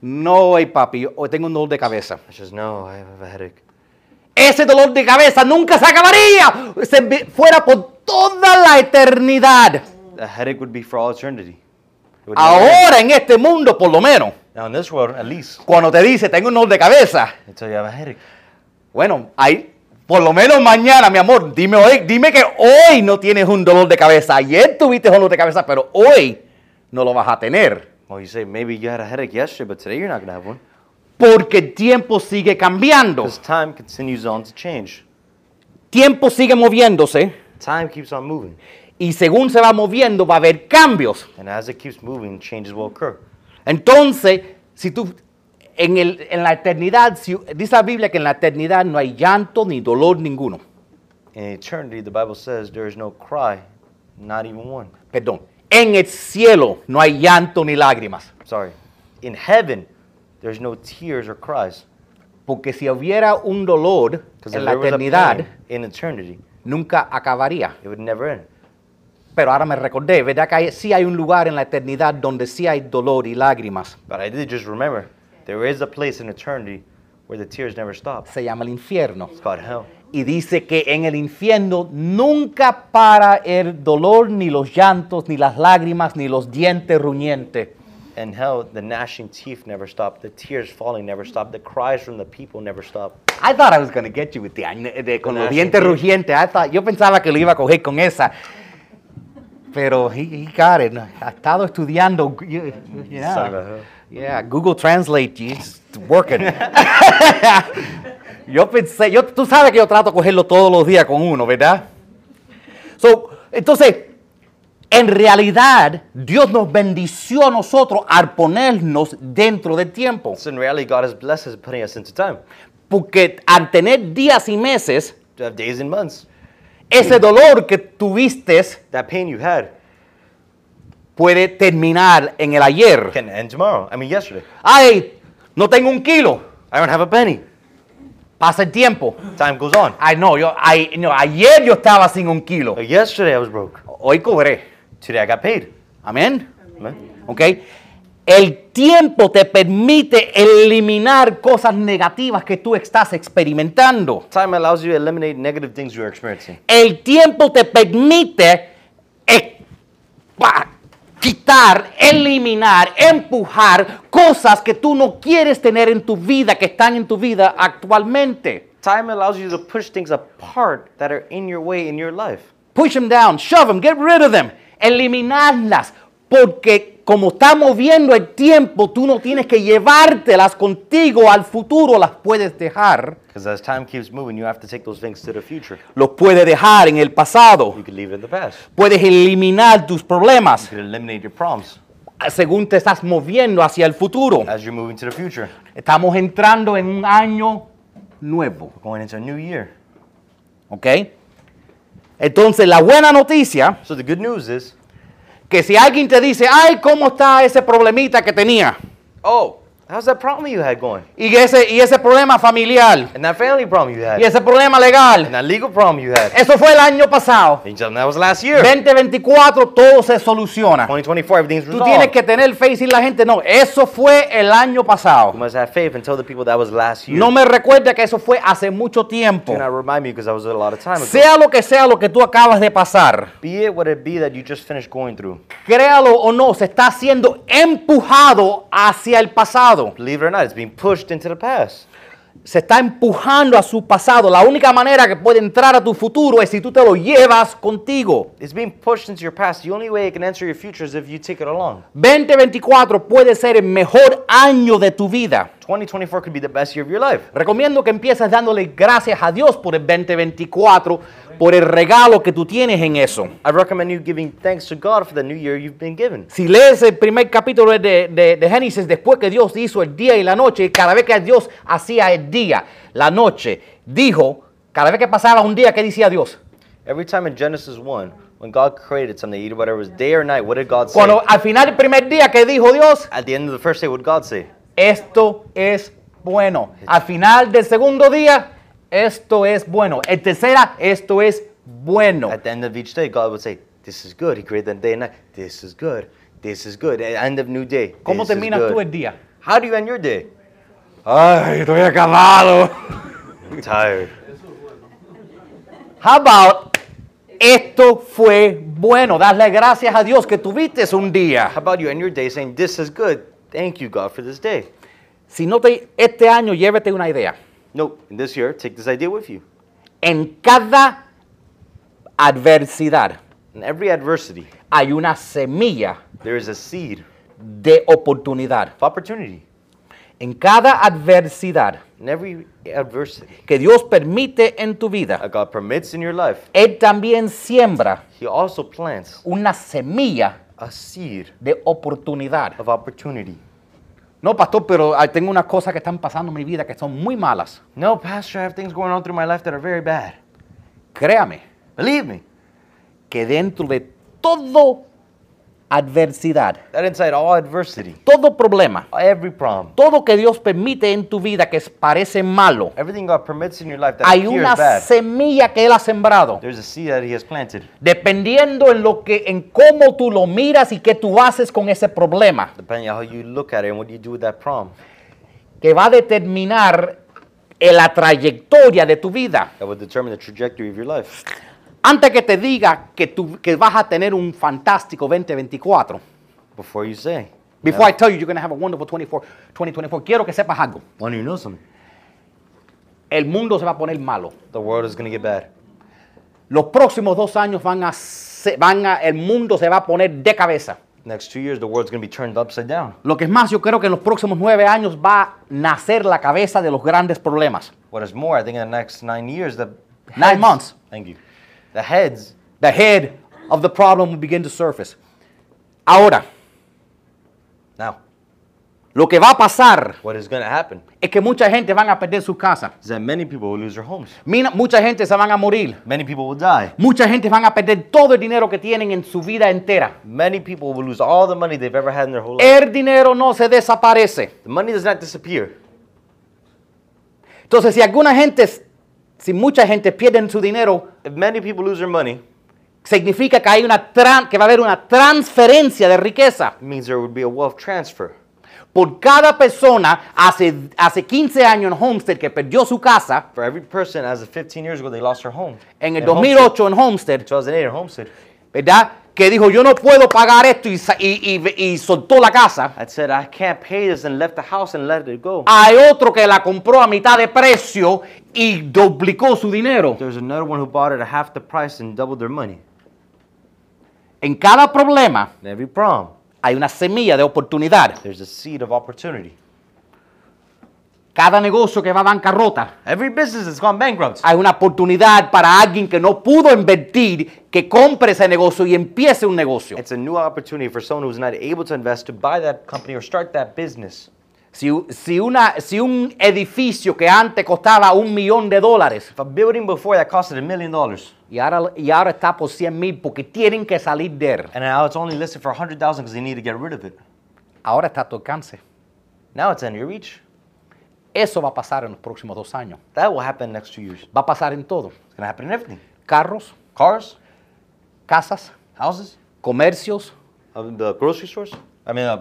Speaker 6: no, hey, papi, yo- hoy tengo un dolor de cabeza.
Speaker 5: I says, no, I have a headache.
Speaker 6: Ese dolor de cabeza nunca se acabaría, se vi- fuera por toda la eternidad.
Speaker 5: The headache would be for all eternity. It would never end.
Speaker 6: Ahora en este mundo, por lo menos,
Speaker 5: Now in this world, at least,
Speaker 6: cuando te dice, tengo un dolor de cabeza,
Speaker 5: until you have a headache.
Speaker 6: Bueno, ahí, por lo menos mañana, mi amor, dime hoy, dime que hoy no tienes un dolor de cabeza. Ayer tuviste un dolor de cabeza, pero hoy no lo vas a tener.
Speaker 5: Well, you say maybe you had a headache yesterday, but today you're not gonna have one.
Speaker 6: Porque el tiempo sigue cambiando,
Speaker 5: Because time continues on to change.
Speaker 6: tiempo sigue moviéndose
Speaker 5: Time keeps on moving.
Speaker 6: y según se va moviendo va a haber cambios.
Speaker 5: And as it keeps moving, changes will occur.
Speaker 6: Entonces, si tú en, el- en la eternidad, si- dice la Biblia que en la eternidad no hay llanto ni dolor ninguno.
Speaker 5: In eternity, the Bible says there is no cry, not even one.
Speaker 6: Perdón, en el cielo no hay llanto ni lágrimas.
Speaker 5: Sorry. In heaven, there's no tears or cries.
Speaker 6: Porque si hubiera un dolor
Speaker 5: Because
Speaker 6: en la
Speaker 5: was a
Speaker 6: eternidad,
Speaker 5: pain in eternity,
Speaker 6: nunca acabaría.
Speaker 5: it would never end.
Speaker 6: Pero ahora me recordé, ¿verdad que hay- sí hay un lugar en la eternidad donde sí hay dolor y lágrimas?
Speaker 5: But I did just remember there is a place in eternity where the tears never stop.
Speaker 6: Se llama el infierno.
Speaker 5: It's called hell.
Speaker 6: Y dice que en el infierno nunca para el dolor, ni los llantos, ni las lágrimas, ni los dientes ruñentes.
Speaker 5: And hell, the gnashing teeth never stop. The tears falling never stop. The cries from the people never stop.
Speaker 6: I thought I was gonna get you with the- I- de- con los
Speaker 5: Con
Speaker 6: dientes
Speaker 5: la-
Speaker 6: rugientes. I thought- yo pensaba que lo iba a coger con esa. Pero he, he got it. Ha estado estudiando. you- you- yeah.
Speaker 5: Sorry about that.
Speaker 6: Yeah, Google Translate, it's working. yo pensé, yo, tú sabes que yo trato de cogerlo todos los días con uno, ¿verdad? So, entonces, en realidad, Dios nos bendició a nosotros al ponernos dentro del tiempo.
Speaker 5: So in reality, God has blessed us, putting us into time.
Speaker 6: Porque al tener días y meses,
Speaker 5: To have days and months.
Speaker 6: ese dolor que tuviste
Speaker 5: That pain you had
Speaker 6: puede terminar en el ayer.
Speaker 5: can end tomorrow. I mean, yesterday.
Speaker 6: Ay, no tengo un kilo.
Speaker 5: I don't have a penny.
Speaker 6: Pasa el tiempo.
Speaker 5: Time goes on.
Speaker 6: Ay, no, yo, ay, no, ayer yo estaba sin un kilo.
Speaker 5: But yesterday I was broke.
Speaker 6: Hoy cobré.
Speaker 5: Today I got paid.
Speaker 6: Amén.
Speaker 5: Amen.
Speaker 6: ¿Ok? El tiempo te permite eliminar cosas negativas que tú estás experimentando.
Speaker 5: Time allows you to eliminate negative things you're experiencing.
Speaker 6: El tiempo te permite eh, pa- quitar, eliminar, empujar cosas que tú no quieres tener en tu vida, que están en tu vida actualmente.
Speaker 5: Time allows you to push things apart that are in your way in your life.
Speaker 6: Push them down, shove them, get rid of them, eliminarlas, porque como está moviendo el tiempo, tú no tienes que llevártelas contigo al futuro, las puedes dejar.
Speaker 5: Because as time keeps moving, you have to take those things to the future.
Speaker 6: Los puedes dejar en el pasado.
Speaker 5: You can leave it in the past.
Speaker 6: Puedes eliminar tus problemas.
Speaker 5: You can eliminate your problems
Speaker 6: según te estás moviendo hacia el futuro.
Speaker 5: as you're moving to the future.
Speaker 6: Estamos entrando en un año nuevo,
Speaker 5: We're going into a new year.
Speaker 6: ¿ok? Entonces, la buena noticia,
Speaker 5: So the good news is,
Speaker 6: que si alguien te dice, ay, ¿cómo está ese problemita que tenía?
Speaker 5: oh, how's that problem you had going?
Speaker 6: Y ese, y ese problema familiar,
Speaker 5: And that family problem you had?
Speaker 6: y ese problema
Speaker 5: And
Speaker 6: legal,
Speaker 5: that legal problem you had?
Speaker 6: eso fue el año pasado.
Speaker 5: And you tell them that was last year.
Speaker 6: 2024, todo se soluciona.
Speaker 5: 2024, everything's
Speaker 6: Tú tienes
Speaker 5: resolved.
Speaker 6: que tener fe y decirle a la gente, no, eso fue el año
Speaker 5: You
Speaker 6: pasado.
Speaker 5: must have faith and tell the people that was last year.
Speaker 6: No me recuerda que eso fue hace mucho tiempo.
Speaker 5: Do not remind me because that was a lot of time ago.
Speaker 6: Sea lo que sea lo que tú acabas de pasar.
Speaker 5: Be it what it be that you just finished going through.
Speaker 6: créalo o no, se está siendo empujado hacia el pasado.
Speaker 5: Believe it or not, it's being pushed into the past.
Speaker 6: Se está empujando a su pasado. La única manera que puede entrar a tu futuro es si tú te lo llevas contigo.
Speaker 5: It's being pushed into your past. The only way it can enter your future is if you take it along.
Speaker 6: 2024 puede ser el mejor año de tu vida.
Speaker 5: 2024 could be the best year of your life.
Speaker 6: Recomiendo que empieces dándole gracias a Dios por el 2024, por el regalo que tú tienes en eso.
Speaker 5: I recommend you giving thanks to God for the new year you've been given.
Speaker 6: Si lees el primer capítulo de, de- de Génesis, después que Dios hizo el día y la noche, cada vez que Dios hacía el día, la noche, dijo, cada vez que pasaba un día, ¿qué decía Dios?
Speaker 5: Every time in Genesis 1, when God created something, either whether it was day or night, what did God say?
Speaker 6: Cuando al final del primer día, ¿qué dijo Dios?
Speaker 5: At the end of the first day, what did God say?
Speaker 6: Esto es bueno. Al final del segundo día, esto es bueno. El tercera, esto es bueno.
Speaker 5: At the end of each day, God would say, This is good. He created the day and night. This is good. This is good. At the end of new day.
Speaker 6: ¿Cómo
Speaker 5: this is
Speaker 6: terminas tú
Speaker 5: good.
Speaker 6: el día?
Speaker 5: How do you end your day?
Speaker 6: Ay, estoy acabado.
Speaker 5: I'm tired.
Speaker 6: How about esto fue bueno? Darle gracias a Dios que tuviste un día.
Speaker 5: How about you end your day saying, This is good. Thank you, God, for this day.
Speaker 6: Si no te este año llévete una idea.
Speaker 5: No, in this year, take this idea with you.
Speaker 6: En cada adversidad
Speaker 5: In every adversity,
Speaker 6: hay una semilla
Speaker 5: there is a seed
Speaker 6: de oportunidad.
Speaker 5: of opportunity.
Speaker 6: En cada adversidad
Speaker 5: In every adversity
Speaker 6: que Dios permite en tu vida,
Speaker 5: that God permits in your life,
Speaker 6: Él también siembra
Speaker 5: He also plants
Speaker 6: una semilla
Speaker 5: a seed
Speaker 6: de oportunidad.
Speaker 5: of opportunity.
Speaker 6: No, pastor, pero ah, tengo unas cosas que están pasando en mi vida que son muy malas.
Speaker 5: No, Pastor, I have things going on through my life that are very bad.
Speaker 6: Créame
Speaker 5: Believe me,
Speaker 6: que dentro de todo adversidad,
Speaker 5: that inside all adversity,
Speaker 6: todo problema,
Speaker 5: every problem,
Speaker 6: todo que Dios permite en tu vida que es- parece malo,
Speaker 5: everything God permits in your life that
Speaker 6: hay
Speaker 5: appears
Speaker 6: una
Speaker 5: bad,
Speaker 6: semilla que Él ha sembrado.
Speaker 5: there's a seed that He has planted.
Speaker 6: Dependiendo en lo que, en cómo tú lo miras y qué tú haces con ese problema,
Speaker 5: Depending on how you look at it and what you do with that problem,
Speaker 6: que va a determinar eh, la trayectoria de tu vida.
Speaker 5: that will determine the trajectory of your life.
Speaker 6: Antes que te diga que, tú, que vas a tener un fantástico 2024,
Speaker 5: Before you say,
Speaker 6: before I tell you you're going to have a wonderful 24, 2024, quiero que sepas algo.
Speaker 5: when you know something,
Speaker 6: El mundo se va a poner malo.
Speaker 5: the world is going to get bad.
Speaker 6: Los próximos dos años van a, se- van a, el mundo se va a poner de cabeza.
Speaker 5: Next two years, the world's going to be turned upside down.
Speaker 6: Lo que es más, yo creo que en los próximos nueve años va a nacer la cabeza de los grandes problemas.
Speaker 5: What is more, I think in the next nine years, the
Speaker 6: Nine months.
Speaker 5: Thank you. The heads
Speaker 6: The head of the problem will begin to surface. Ahora,
Speaker 5: now.
Speaker 6: lo que va a pasar
Speaker 5: What is going to happen
Speaker 6: es que mucha gente van a perder sus casas.
Speaker 5: is that many people will lose their homes.
Speaker 6: Mina- Mucha gente se van a morir.
Speaker 5: Many people will die.
Speaker 6: Mucha gente van a perder todo el dinero que tienen en su vida entera.
Speaker 5: Many people will lose all the money they've ever had in their whole life.
Speaker 6: El dinero no se desaparece.
Speaker 5: The money does not disappear.
Speaker 6: Entonces, si alguna gente, si mucha gente pierden su dinero,
Speaker 5: If many people lose their money,
Speaker 6: significa que, hay una tran- que va a haber una transferencia de riqueza.
Speaker 5: it means there would be a wealth transfer.
Speaker 6: Por cada persona hace, hace 15 años en Homestead que perdió su casa,
Speaker 5: For every person, as of 15 years ago, they lost their home.
Speaker 6: en el
Speaker 5: Their homestead.
Speaker 6: 2008 en Homestead,
Speaker 5: 2008 in homestead.
Speaker 6: ¿verdad? Que dijo, yo no puedo pagar esto y, sa- y- y- y soltó la casa.
Speaker 5: I said, I can't pay this and left the house and let it go.
Speaker 6: Hay otro que la compró a mitad de precio y duplicó su dinero.
Speaker 5: There's another one who bought it at half the price and doubled their money.
Speaker 6: En cada problema
Speaker 5: And every problem,
Speaker 6: hay una semilla de oportunidad.
Speaker 5: there's a seed of opportunity.
Speaker 6: Cada negocio que va a bancarrota
Speaker 5: Every business has gone bankrupt.
Speaker 6: hay una oportunidad para alguien que no pudo invertir, que compre ese negocio y empiece un negocio.
Speaker 5: It's a new opportunity for someone who's not able to invest to buy that company or start that business.
Speaker 6: Si, si una, si un edificio que antes costaba un millón de dólares
Speaker 5: If a building before that costed a million dollars
Speaker 6: y ahora, y ahora está por 100 mil porque tienen que salir de él,
Speaker 5: and now it's only listed for 100,000 because they need to get rid of it.
Speaker 6: ahora está a tu alcance.
Speaker 5: Now it's in your reach.
Speaker 6: Eso va a pasar en los próximos dos años.
Speaker 5: That will happen in the next two years.
Speaker 6: Va a pasar en todo.
Speaker 5: It's going to happen in everything.
Speaker 6: Carros,
Speaker 5: Cars,
Speaker 6: casas,
Speaker 5: houses,
Speaker 6: comercios,
Speaker 5: uh, the grocery stores. I mean, uh,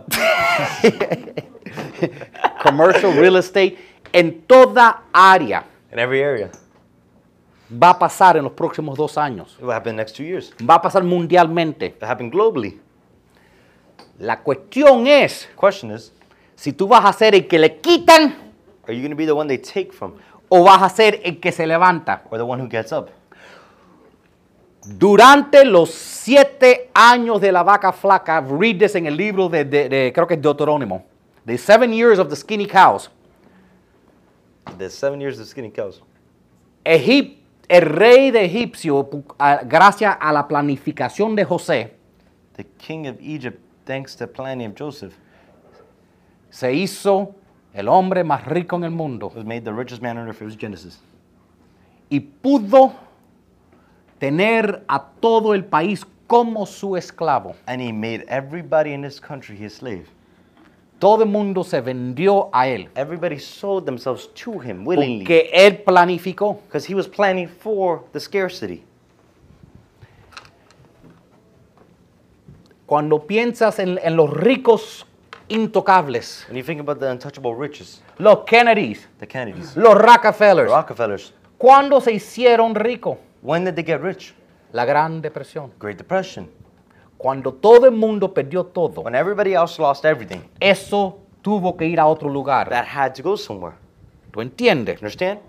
Speaker 6: commercial real estate, en toda área
Speaker 5: in every area.
Speaker 6: va a pasar en los próximos dos años.
Speaker 5: It will happen in the next two years.
Speaker 6: Va a pasar mundialmente.
Speaker 5: It happened globally.
Speaker 6: La cuestión es
Speaker 5: Question is,
Speaker 6: si tú vas a ser el que le quitan
Speaker 5: are you going to be the one they take from
Speaker 6: o vas a ser el que se levanta.
Speaker 5: or the one who gets up?
Speaker 6: Durante los siete años de la vaca flaca, read this en el libro de, de- de- creo que es Deuterónimo, The Seven Years of the Skinny Cows,
Speaker 5: The seven years of skinny cows.
Speaker 6: Egip- el rey de Egipcio, pu- a- gracias a la planificación de José,
Speaker 5: The king of Egypt, thanks to planning of Joseph,
Speaker 6: se hizo el hombre más rico en el mundo
Speaker 5: was made the richest man on earth. It was Genesis.
Speaker 6: y pudo tener a todo el país como su esclavo.
Speaker 5: And he made everybody in this country his slave.
Speaker 6: Todo el mundo se vendió a él.
Speaker 5: Everybody sold themselves to him willingly
Speaker 6: Porque él planificó.
Speaker 5: because he was planning for the scarcity.
Speaker 6: Cuando piensas en, en los ricos intocables,
Speaker 5: When you think about the untouchable riches,
Speaker 6: los Kennedys,
Speaker 5: the Kennedys,
Speaker 6: los
Speaker 5: the
Speaker 6: Rockefellers,
Speaker 5: Rockefellers,
Speaker 6: ¿cuándo se hicieron ricos?
Speaker 5: when did they get rich?
Speaker 6: La Gran Depresión.
Speaker 5: Great Depression.
Speaker 6: Cuando todo el mundo perdió todo,
Speaker 5: When everybody else lost everything,
Speaker 6: eso tuvo que ir a otro lugar.
Speaker 5: that had to go somewhere.
Speaker 6: ¿Tú entiendes?
Speaker 5: Understand?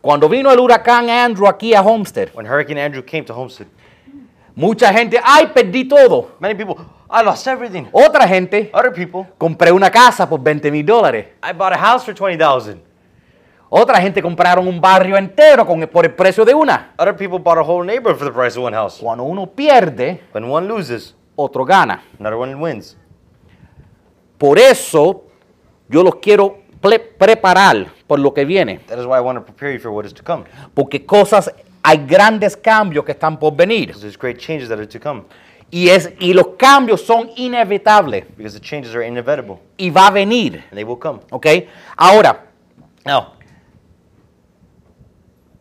Speaker 6: Cuando vino el huracán Andrew aquí a Homestead,
Speaker 5: When Hurricane Andrew came to Homestead,
Speaker 6: mucha gente, ay, perdí todo.
Speaker 5: many people, I lost everything.
Speaker 6: Otra gente,
Speaker 5: Other people,
Speaker 6: compré una casa por 20 mil dólares.
Speaker 5: I bought a house for 20,000.
Speaker 6: Otra gente compraron un barrio entero con, por el precio de una.
Speaker 5: Other people bought a whole neighborhood for the price of one house.
Speaker 6: Cuando uno pierde,
Speaker 5: When one loses,
Speaker 6: otro gana.
Speaker 5: another one wins.
Speaker 6: Por eso yo los quiero ple- preparar por lo que viene.
Speaker 5: That is why I want to prepare you for what is to come.
Speaker 6: Porque cosas, hay grandes cambios que están por venir.
Speaker 5: Because there's great changes that are to come.
Speaker 6: Y, es, y los cambios son inevitables
Speaker 5: Because the changes are inevitable.
Speaker 6: y va a venir.
Speaker 5: And they will come.
Speaker 6: ¿Ok? Ahora,
Speaker 5: Now,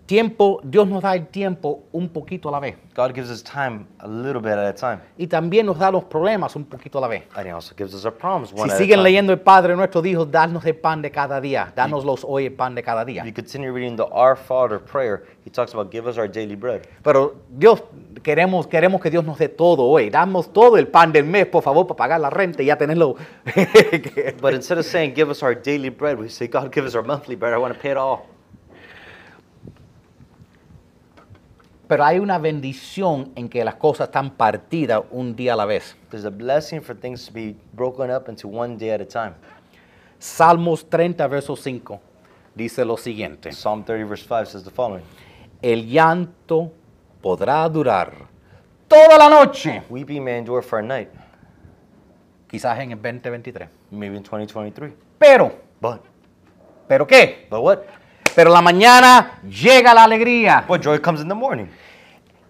Speaker 6: tiempo, Dios nos da el tiempo un poquito a la vez.
Speaker 5: God gives us time a little bit at a time.
Speaker 6: Y también nos da los problemas un poquito a la vez.
Speaker 5: And He also gives us our problems one at
Speaker 6: Si
Speaker 5: a
Speaker 6: siguen
Speaker 5: time.
Speaker 6: leyendo el Padre Nuestro, dijo, danos el pan de cada día. Danoslos hoy el pan de cada
Speaker 5: If
Speaker 6: día.
Speaker 5: you continue reading the Our Father prayer, He talks about give us our daily bread.
Speaker 6: Pero Dios, queremos, queremos que Dios nos dé todo hoy. Damos todo el pan del mes, por favor, para pagar la renta y ya tenerlo.
Speaker 5: But instead of saying give us our daily bread, we say God give us our monthly bread. I want to pay it all.
Speaker 6: Pero hay una bendición en que las cosas están partidas un día a la vez.
Speaker 5: There's a blessing for things to be broken up into one day at a time.
Speaker 6: Salmos 30, verso 5, dice lo siguiente.
Speaker 5: Psalm 30 verse 5 says the following.
Speaker 6: El llanto podrá durar toda la noche.
Speaker 5: Weeping may endure for a night,
Speaker 6: Quizás en el 2023.
Speaker 5: maybe in 2023.
Speaker 6: Pero,
Speaker 5: But,
Speaker 6: ¿pero qué?
Speaker 5: but what?
Speaker 6: Pero la mañana llega la alegría.
Speaker 5: What joy comes in the morning?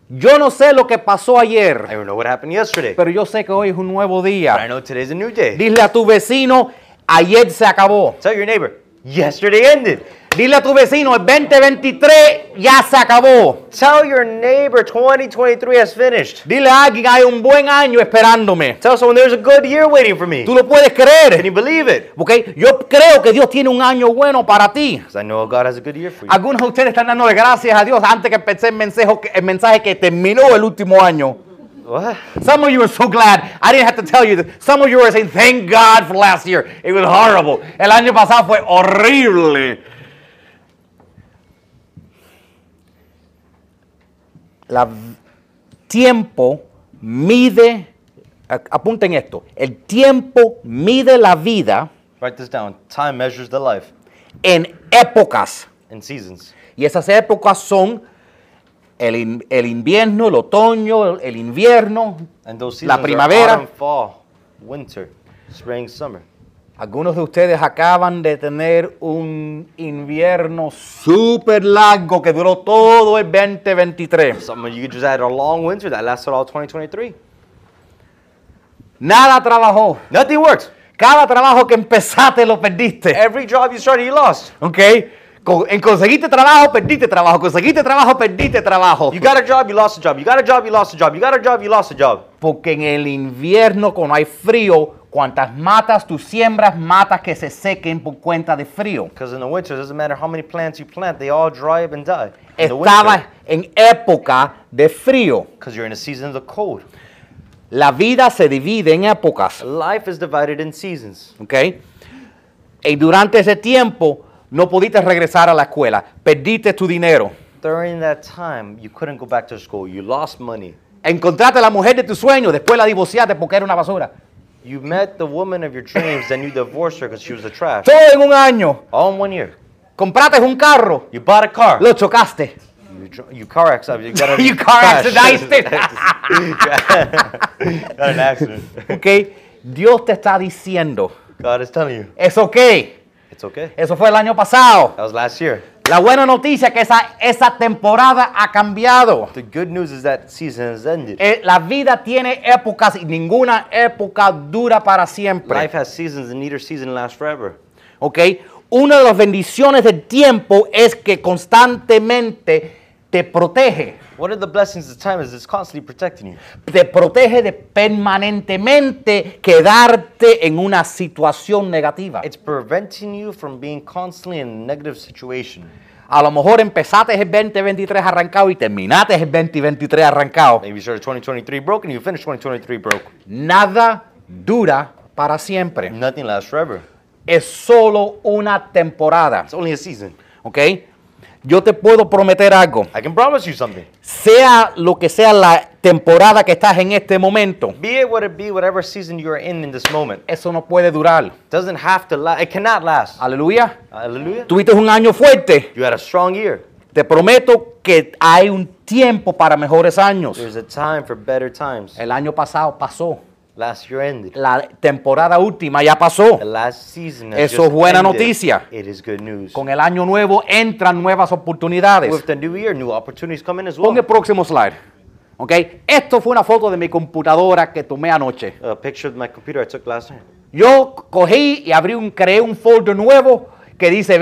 Speaker 6: Yo no sé lo que pasó
Speaker 5: I
Speaker 6: ayer,
Speaker 5: don't know what happened yesterday, but
Speaker 6: pero yo sé que hoy es un nuevo
Speaker 5: I
Speaker 6: día.
Speaker 5: know today's a new day.
Speaker 6: Dile a tu vecino, ayer se acabó.
Speaker 5: Tell your neighbor, yesterday ended.
Speaker 6: Dile a tu vecino, el 2023 ya se acabó.
Speaker 5: Tell your neighbor 2023 has finished.
Speaker 6: Dile a alguien, hay un buen año esperándome.
Speaker 5: Tell someone there's a good year waiting for me.
Speaker 6: Tú lo puedes
Speaker 5: Can you
Speaker 6: creer.
Speaker 5: believe it?
Speaker 6: ¿ok? Yo creo que Dios tiene un año bueno para ti.
Speaker 5: Because I know God has a good year for you.
Speaker 6: Algunos de ustedes están dándole gracias a Dios antes que empecé el mensaje, el mensaje que terminó el último año.
Speaker 5: What?
Speaker 6: Some of you are so glad. I didn't have to tell you this. Some of you are saying, thank God for last year. It was horrible. El año pasado fue horrible. La v- tiempo mide, a- apunten esto, el tiempo mide la vida
Speaker 5: Write this down. Time measures the life
Speaker 6: en épocas.
Speaker 5: in seasons.
Speaker 6: Y esas épocas son el, in- el invierno, el otoño, el, el invierno,
Speaker 5: And those seasons
Speaker 6: la
Speaker 5: are
Speaker 6: primavera.
Speaker 5: autumn, fall, winter, spring, summer.
Speaker 6: Algunos de ustedes acaban de tener un invierno súper largo que duró todo el 2023.
Speaker 5: Some of you just had a long winter that lasted all 2023.
Speaker 6: Nada trabajó.
Speaker 5: Nothing worked.
Speaker 6: Cada trabajo que empezaste lo perdiste.
Speaker 5: Every job you started, you lost.
Speaker 6: ¿Ok? Con- en conseguiste trabajo, perdiste trabajo. Conseguiste trabajo, perdiste trabajo.
Speaker 5: You got a job, you lost a job. You got a job, you lost a job. You got a job, you lost a job.
Speaker 6: Porque en el invierno, cuando hay frío, cuantas matas tú siembras, matas que se sequen por cuenta de frío.
Speaker 5: Because in the winter, it doesn't matter how many plants you plant, they all dry up and die. In the
Speaker 6: Estabas
Speaker 5: winter,
Speaker 6: en época de frío.
Speaker 5: because you're in a season of the cold.
Speaker 6: La vida se divide en épocas,
Speaker 5: Life is divided in seasons.
Speaker 6: ¿ok? Y durante ese tiempo no pudiste regresar a la escuela, perdiste tu dinero,
Speaker 5: During that time, you couldn't go back to school. You lost money.
Speaker 6: encontraste a la mujer de tu sueño, después la divorciaste porque era una basura.
Speaker 5: You met the woman of your dreams, then you divorced her because she was a trash.
Speaker 6: Todo en un año,
Speaker 5: All in one year.
Speaker 6: compraste un carro,
Speaker 5: You bought a car.
Speaker 6: lo chocaste.
Speaker 5: You, dr- you car accident. You got a
Speaker 6: You car
Speaker 5: crash.
Speaker 6: accidented.
Speaker 5: You got an accident.
Speaker 6: ¿Ok? Dios te está diciendo,
Speaker 5: God is telling you,
Speaker 6: es ok,
Speaker 5: it's okay.
Speaker 6: eso fue el año pasado,
Speaker 5: That was last year.
Speaker 6: La buena noticia es que esa, esa temporada ha cambiado.
Speaker 5: The good news is that season has ended.
Speaker 6: Eh, la vida tiene épocas y ninguna época dura para siempre.
Speaker 5: Life has seasons and neither season lasts forever.
Speaker 6: ¿Ok? Una de las bendiciones del tiempo es que constantemente te protege.
Speaker 5: One of the blessings of time is it's constantly protecting you.
Speaker 6: Te protege de permanentemente quedarte en una situación negativa.
Speaker 5: It's preventing you from being constantly in a negative situation.
Speaker 6: A lo mejor empezaste el 2023 arrancado y terminaste el 2023 arrancado.
Speaker 5: Maybe you started 2023 broke and you finished 2023 broke.
Speaker 6: Nada dura para siempre.
Speaker 5: Nothing lasts forever.
Speaker 6: Es solo una temporada.
Speaker 5: It's only a season.
Speaker 6: ¿Ok? Yo te puedo prometer algo.
Speaker 5: I can promise you something.
Speaker 6: Sea lo que sea la temporada que estás en este momento,
Speaker 5: Be it what it be, whatever season you are in in this moment,
Speaker 6: eso no puede durar.
Speaker 5: doesn't have to last. It cannot last.
Speaker 6: Aleluya.
Speaker 5: Hallelujah.
Speaker 6: Tuviste un año fuerte.
Speaker 5: You had a strong year.
Speaker 6: Te prometo que hay un tiempo para mejores años.
Speaker 5: There's a time for better times.
Speaker 6: El año pasado pasó.
Speaker 5: Last year ended.
Speaker 6: La temporada última ya pasó.
Speaker 5: The last season has
Speaker 6: Eso
Speaker 5: just
Speaker 6: es buena
Speaker 5: ended.
Speaker 6: noticia.
Speaker 5: It is good news.
Speaker 6: Con el año nuevo entran nuevas oportunidades.
Speaker 5: With the new year, new opportunities come in as well.
Speaker 6: Pon el próximo slide. ¿Ok? Esto fue una foto de mi computadora que tomé anoche.
Speaker 5: a picture of my computer I took last night.
Speaker 6: Yo cogí y abrí un, creé un folder nuevo que dice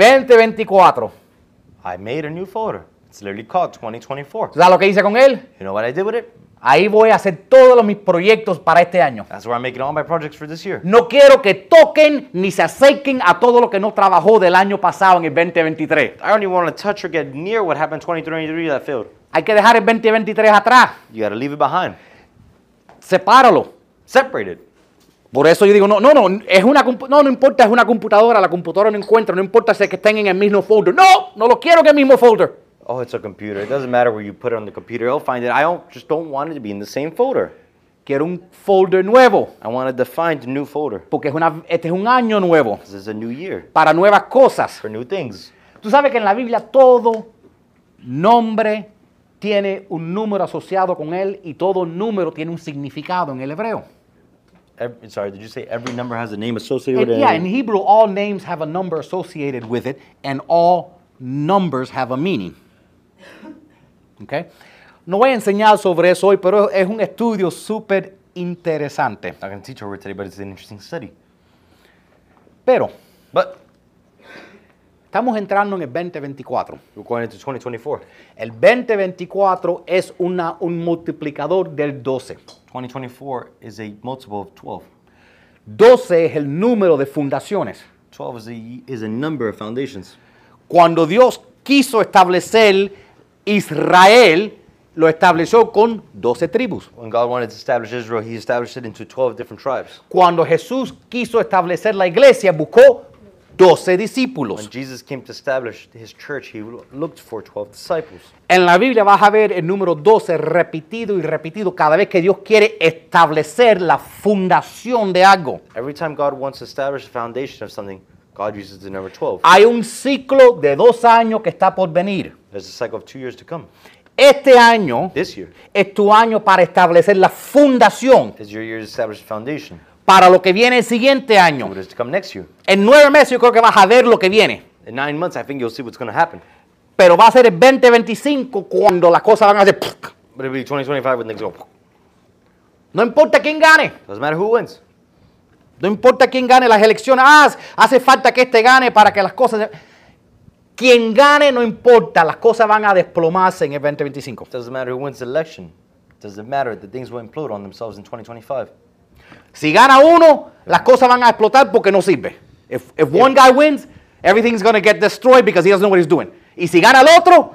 Speaker 6: 2024.
Speaker 5: I made a new folder. It's literally called 2024.
Speaker 6: ¿Sabes lo que hice con él?
Speaker 5: You know what I did with it?
Speaker 6: Ahí voy a hacer todos los- mis proyectos para este año.
Speaker 5: That's where I'm making all my projects for this year.
Speaker 6: No quiero que toquen ni se acerquen a todo lo que no trabajó del año pasado en el 2023.
Speaker 5: I don't even want to touch or get near what happened 2023 that failed.
Speaker 6: Hay que dejar el 2023 atrás.
Speaker 5: You got to leave it behind.
Speaker 6: Sepáralo.
Speaker 5: Separate it.
Speaker 6: Por eso yo digo, no, no, no, es una compu- no, no importa, es una computadora, la computadora no encuentra, no importa si es que estén en el mismo folder. No, no lo quiero en el mismo folder.
Speaker 5: Oh, it's a computer. It doesn't matter where you put it on the computer. It'll find it. I don't, just don't want it to be in the same folder.
Speaker 6: Quiero un folder nuevo,
Speaker 5: I want to define the new folder
Speaker 6: porque es una, este es un año nuevo,
Speaker 5: because it's a new year
Speaker 6: para nuevas cosas.
Speaker 5: for new things.
Speaker 6: Tú sabes que en la Biblia todo nombre tiene un número asociado con él y todo número tiene un significado en el hebreo.
Speaker 5: Every, sorry, did you say every number has a name associated
Speaker 6: And,
Speaker 5: with
Speaker 6: yeah,
Speaker 5: it?
Speaker 6: in Hebrew, all names have a number associated with it, and all numbers have a meaning. Okay? No voy a enseñar sobre eso hoy, pero es un estudio súper interesante.
Speaker 5: Not going to teach over today, but it's an interesting study.
Speaker 6: Pero
Speaker 5: But
Speaker 6: estamos entrando en el 2024.
Speaker 5: we're going into 2024.
Speaker 6: El 2024 es una, un multiplicador del 12.
Speaker 5: 2024 is a multiple of 12.
Speaker 6: 12 es el número de fundaciones.
Speaker 5: 12 is a, is a number of foundations.
Speaker 6: Cuando Dios quiso establecer Israel, lo estableció con 12 tribus.
Speaker 5: When God wanted to establish Israel, He established it into 12 different tribes.
Speaker 6: Cuando Jesús quiso establecer la iglesia, buscó 12
Speaker 5: When
Speaker 6: discípulos.
Speaker 5: Jesus came to establish His church, He looked for 12 disciples.
Speaker 6: En la Biblia vas a ver el número 12 repetido y repetido cada vez que Dios quiere establecer la fundación de algo.
Speaker 5: Every time God wants to establish a foundation of something, God uses the number 12.
Speaker 6: Hay un ciclo de dos años que está por venir.
Speaker 5: There's a cycle of two years to come.
Speaker 6: Este año
Speaker 5: This year
Speaker 6: es tu año para establecer la fundación
Speaker 5: is your year to establish a foundation.
Speaker 6: para lo que viene el siguiente año.
Speaker 5: What is to come next year?
Speaker 6: En nueve meses yo creo que vas a ver lo que viene.
Speaker 5: In nine months, I think you'll see what's going to happen.
Speaker 6: Pero va a ser el 2025 cuando las cosas van a ser...
Speaker 5: But it'll be 2025 when things go.
Speaker 6: No importa quién gane.
Speaker 5: Doesn't matter who wins.
Speaker 6: No importa quién gane las elecciones. Ah, hace falta que este gane para que las cosas... Quien gane no importa, las cosas van a desplomarse en el 2025.
Speaker 5: Doesn't matter who wins the election. Doesn't matter that things will implode on themselves in 2025.
Speaker 6: Si gana uno, las cosas van a explotar porque no sirve. If, if one guy wins, everything's going to get destroyed because he doesn't know what he's doing. Y si gana el otro,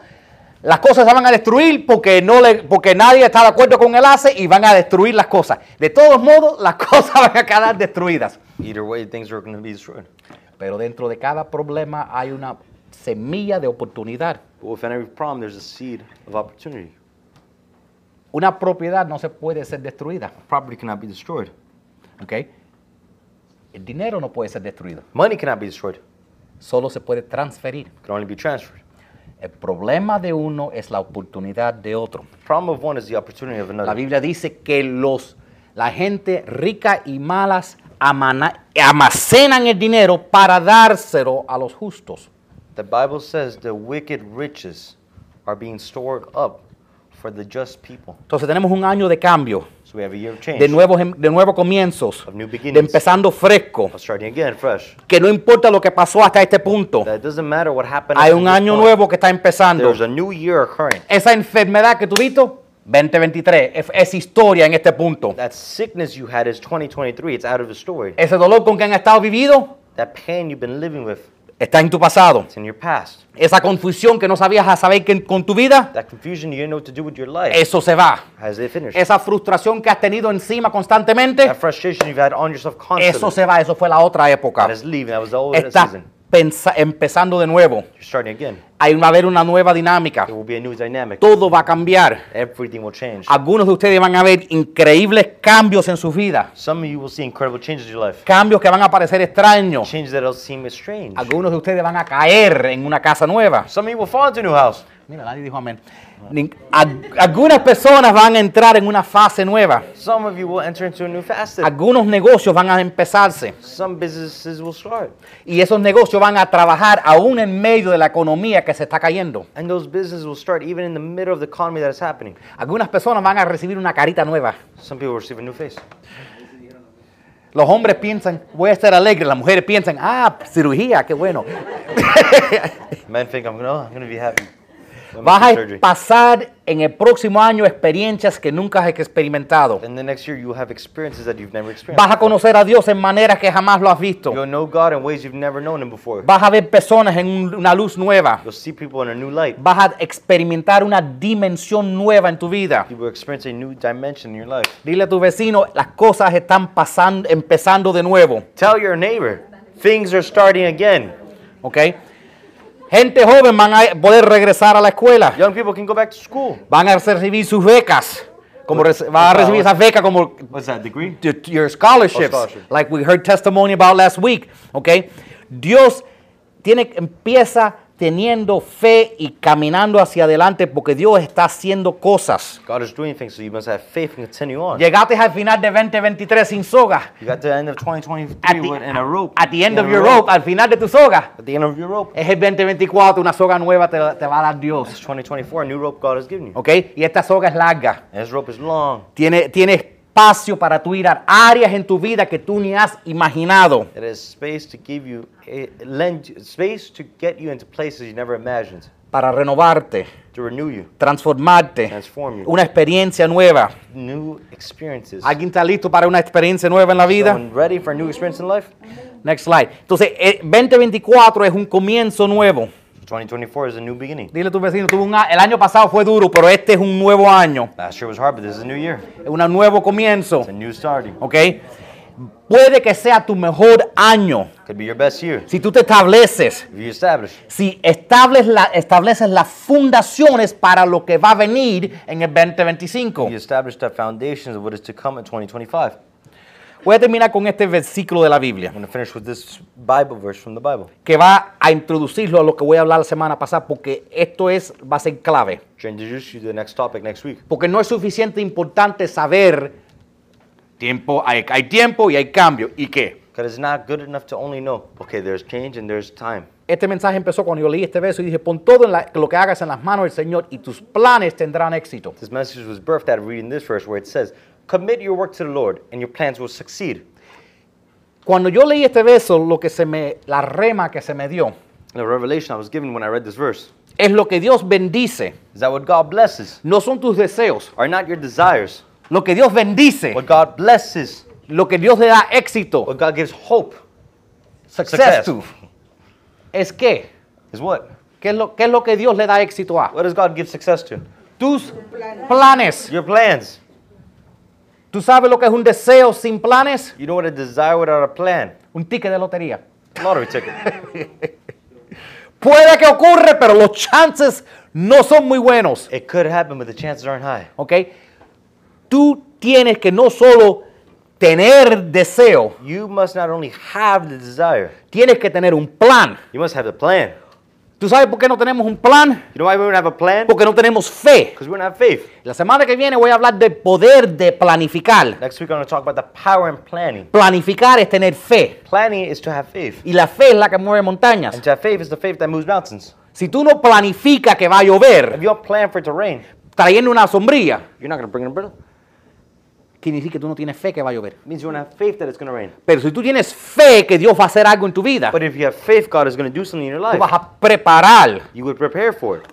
Speaker 6: las cosas se van a destruir porque, no le, porque nadie está de acuerdo con el hace y van a destruir las cosas. De todos modos, las cosas van a quedar destruidas.
Speaker 5: Either way, things are going to be destroyed.
Speaker 6: Pero dentro de cada problema hay una semilla de oportunidad.
Speaker 5: But within every problem, there's a seed of opportunity.
Speaker 6: Una propiedad no se puede ser destruida.
Speaker 5: Property cannot be destroyed.
Speaker 6: ¿ok? El dinero no puede ser destruido.
Speaker 5: Money cannot be destroyed.
Speaker 6: Solo se puede transferir.
Speaker 5: It can only be transferred.
Speaker 6: El problema de uno es la oportunidad de otro.
Speaker 5: Problem of one is the opportunity of
Speaker 6: La
Speaker 5: another.
Speaker 6: Biblia dice que los, la gente rica y malas amana- almacenan el dinero para dárselo a los justos.
Speaker 5: The Bible says the wicked riches are being stored up for the just people.
Speaker 6: Entonces tenemos un año de cambio,
Speaker 5: So we have a year of change.
Speaker 6: de nuevos, em- de nuevos comienzos,
Speaker 5: Of new
Speaker 6: de
Speaker 5: beginnings.
Speaker 6: empezando fresco,
Speaker 5: Of starting again, fresh.
Speaker 6: que no importa lo que pasó hasta este punto,
Speaker 5: That doesn't matter what happened.
Speaker 6: hay
Speaker 5: up to
Speaker 6: un
Speaker 5: this
Speaker 6: año
Speaker 5: point.
Speaker 6: nuevo que está empezando.
Speaker 5: There's a new year occurring.
Speaker 6: Esa enfermedad que tuviste, 2023, es, es historia en este punto.
Speaker 5: That sickness you had is 2023. It's out of the story.
Speaker 6: Ese dolor con que han estado vivido
Speaker 5: That pain you've been living with,
Speaker 6: está en tu pasado.
Speaker 5: it's in your past.
Speaker 6: Esa confusión que no sabías a saber que con tu vida,
Speaker 5: That confusion you didn't know what to do with your life.
Speaker 6: eso se va.
Speaker 5: Has it finished?
Speaker 6: Esa frustración que has tenido encima constantemente,
Speaker 5: That frustration you've had on yourself constantly.
Speaker 6: eso se va. Eso fue la otra época.
Speaker 5: That is leaving. That was the old
Speaker 6: Estás
Speaker 5: season.
Speaker 6: pensa- empezando de nuevo.
Speaker 5: You're starting again.
Speaker 6: Hay va a haber una nueva dinámica.
Speaker 5: It will be a new dynamic.
Speaker 6: Todo va a cambiar.
Speaker 5: Everything will change.
Speaker 6: Algunos de ustedes van a ver increíbles cambios en sus vidas.
Speaker 5: Some of you will see incredible changes in your life.
Speaker 6: Cambios que van a parecer extraños.
Speaker 5: Changes that'll seem strange.
Speaker 6: Algunos de ustedes van a caer en una casa nueva.
Speaker 5: Some of you will fall into a new house.
Speaker 6: Mira, nadie dijo amén. Nin- a- Algunas personas van a entrar en una fase nueva.
Speaker 5: Some of you will enter into a new facet.
Speaker 6: Algunos negocios van a empezarse.
Speaker 5: Some businesses will start.
Speaker 6: Y esos negocios van a trabajar aún en medio de la economía que se está cayendo.
Speaker 5: And those businesses will start even in the middle of the economy that is happening.
Speaker 6: Algunas personas van a recibir una carita nueva.
Speaker 5: Some people receive a new face.
Speaker 6: Los hombres piensan, voy a estar alegre. Las mujeres piensan, ah, cirugía, qué bueno.
Speaker 5: Men think, I'm gonna, I'm gonna be happy. I'm
Speaker 6: Vas
Speaker 5: gonna
Speaker 6: a
Speaker 5: do surgery.
Speaker 6: pasar en el próximo año experiencias que nunca has experimentado.
Speaker 5: And the next year you will have experiences that you've never experienced.
Speaker 6: Vas a
Speaker 5: before.
Speaker 6: conocer a Dios en maneras que jamás lo has visto.
Speaker 5: You'll know God in ways you've never known Him before.
Speaker 6: Vas a ver personas en un- una luz nueva.
Speaker 5: You'll see people in a new light.
Speaker 6: vas a experimentar una dimensión nueva en tu vida.
Speaker 5: You will experience a new dimension in your life.
Speaker 6: Dile a tu vecino, las cosas están pasando, empezando de nuevo,
Speaker 5: Tell your neighbor, things are starting again.
Speaker 6: ¿ok? Gente joven van a poder regresar a la escuela,
Speaker 5: Young people can go back to school.
Speaker 6: van a recibir sus becas, como rece- van a recibir esas becas como
Speaker 5: What's that degree?
Speaker 6: your- your scholarships,
Speaker 5: Oh, scholarship.
Speaker 6: like we heard testimony about last week, ¿ok? Dios tiene, empieza teniendo fe y caminando hacia adelante porque Dios está haciendo cosas.
Speaker 5: God is doing things, so you must have faith and continue on.
Speaker 6: Llegaste al final de 2023 sin soga.
Speaker 5: You got the end of 2023
Speaker 6: at the,
Speaker 5: with- and a rope.
Speaker 6: at the end
Speaker 5: And
Speaker 6: of
Speaker 5: a
Speaker 6: your rope, al final de tu soga,
Speaker 5: At the end of your rope.
Speaker 6: es el 2024, una soga nueva te, te va a dar Dios.
Speaker 5: It's 2024, a new rope God has given you.
Speaker 6: ¿Ok? Y esta soga es larga.
Speaker 5: And this rope is long.
Speaker 6: Tiene, tiene espacio para tú ir a áreas en tu vida que tú ni has imaginado.
Speaker 5: It has space to give you, it lend space to get you into places you never imagined,
Speaker 6: Para renovarte,
Speaker 5: to renew you,
Speaker 6: transformarte,
Speaker 5: transform you,
Speaker 6: una experiencia nueva.
Speaker 5: new experiences.
Speaker 6: ¿Alguien está listo para una experiencia nueva en la vida?
Speaker 5: Someone ready for a new experience in life?
Speaker 6: Next slide. Entonces, eh, 2024 es un comienzo nuevo.
Speaker 5: 2024 is a new beginning.
Speaker 6: Dile a tu vecino, tuvo un a- el año pasado fue duro, pero este es un nuevo año,
Speaker 5: Last year was hard, but this is a new year.
Speaker 6: es un nuevo comienzo.
Speaker 5: It's a new starting.
Speaker 6: ¿ok? Puede que sea tu mejor año
Speaker 5: Could be your best year
Speaker 6: si tú te estableces,
Speaker 5: if you establish.
Speaker 6: si estableces, la- estableces las fundaciones para lo que va a venir en el 2025.
Speaker 5: You establish the foundations of what is to come in 2025. I'm
Speaker 6: Voy a terminar con este versículo de la Biblia,
Speaker 5: going to finish with this Bible verse from the Bible.
Speaker 6: que va a introducirlo a lo que voy a hablar la semana pasada, porque esto es, va a ser clave.
Speaker 5: To introduce you to the next topic next week.
Speaker 6: Porque no es suficiente importante saber tiempo, hay, hay tiempo y hay cambio. ¿Y qué?
Speaker 5: Because it's not good enough to only know, okay, there's change and there's time.
Speaker 6: Este mensaje empezó cuando yo leí este verso y dije, pon todo en la- lo que hagas en las manos del Señor y tus planes tendrán éxito.
Speaker 5: This message was birthed out of reading this verse where it says, Commit your work to the Lord and your plans will succeed.
Speaker 6: Cuando yo leí este verso, lo que se me, la rema que se me dio,
Speaker 5: The revelation I was given when I read this verse
Speaker 6: es lo que Dios bendice.
Speaker 5: is that what God blesses
Speaker 6: No son tus deseos.
Speaker 5: are not your desires.
Speaker 6: Lo que Dios bendice,
Speaker 5: What God blesses,
Speaker 6: lo que Dios le da éxito,
Speaker 5: what God gives hope,
Speaker 6: success to, es qué.
Speaker 5: is what?
Speaker 6: ¿Qué es, lo, ¿Qué es lo que Dios le da éxito a?
Speaker 5: What does God give success to?
Speaker 6: Tus planes.
Speaker 5: Your plans.
Speaker 6: ¿Tú sabes lo que es un deseo sin planes?
Speaker 5: You know what a desire without a plan?
Speaker 6: Un ticket de lotería.
Speaker 5: Lottery ticket.
Speaker 6: Puede que ocurra, pero los chances no son muy buenos.
Speaker 5: It could happen, but the chances aren't high.
Speaker 6: ¿Ok? Tú tienes que no solo tener deseo,
Speaker 5: You must not only have the desire,
Speaker 6: Tienes que tener un plan.
Speaker 5: you must have the plan.
Speaker 6: ¿Tú sabes por qué no tenemos un plan?
Speaker 5: You know why we don't have a plan?
Speaker 6: Porque no tenemos fe.
Speaker 5: Because we don't have faith.
Speaker 6: La semana que viene voy a hablar del poder de planificar.
Speaker 5: Next week, I'm going to talk about the power in planning.
Speaker 6: Planificar es tener fe.
Speaker 5: Planning is to have faith.
Speaker 6: Y la fe es la que mueve montañas.
Speaker 5: And to have faith is the faith that moves mountains.
Speaker 6: Si tú no planificas que va a
Speaker 5: If
Speaker 6: llover
Speaker 5: you don't plan for it to rain,
Speaker 6: trayendo una sombrilla,
Speaker 5: you're not going to bring an umbrella.
Speaker 6: quiere decir que tú no tienes fe que va a llover.
Speaker 5: It means you don't have faith that it's going to rain.
Speaker 6: Pero si tú tienes fe que Dios va a hacer algo en tu vida,
Speaker 5: But if you have faith, God is going to do something in your
Speaker 6: tú
Speaker 5: life.
Speaker 6: vas a preparar.
Speaker 5: You would prepare for it.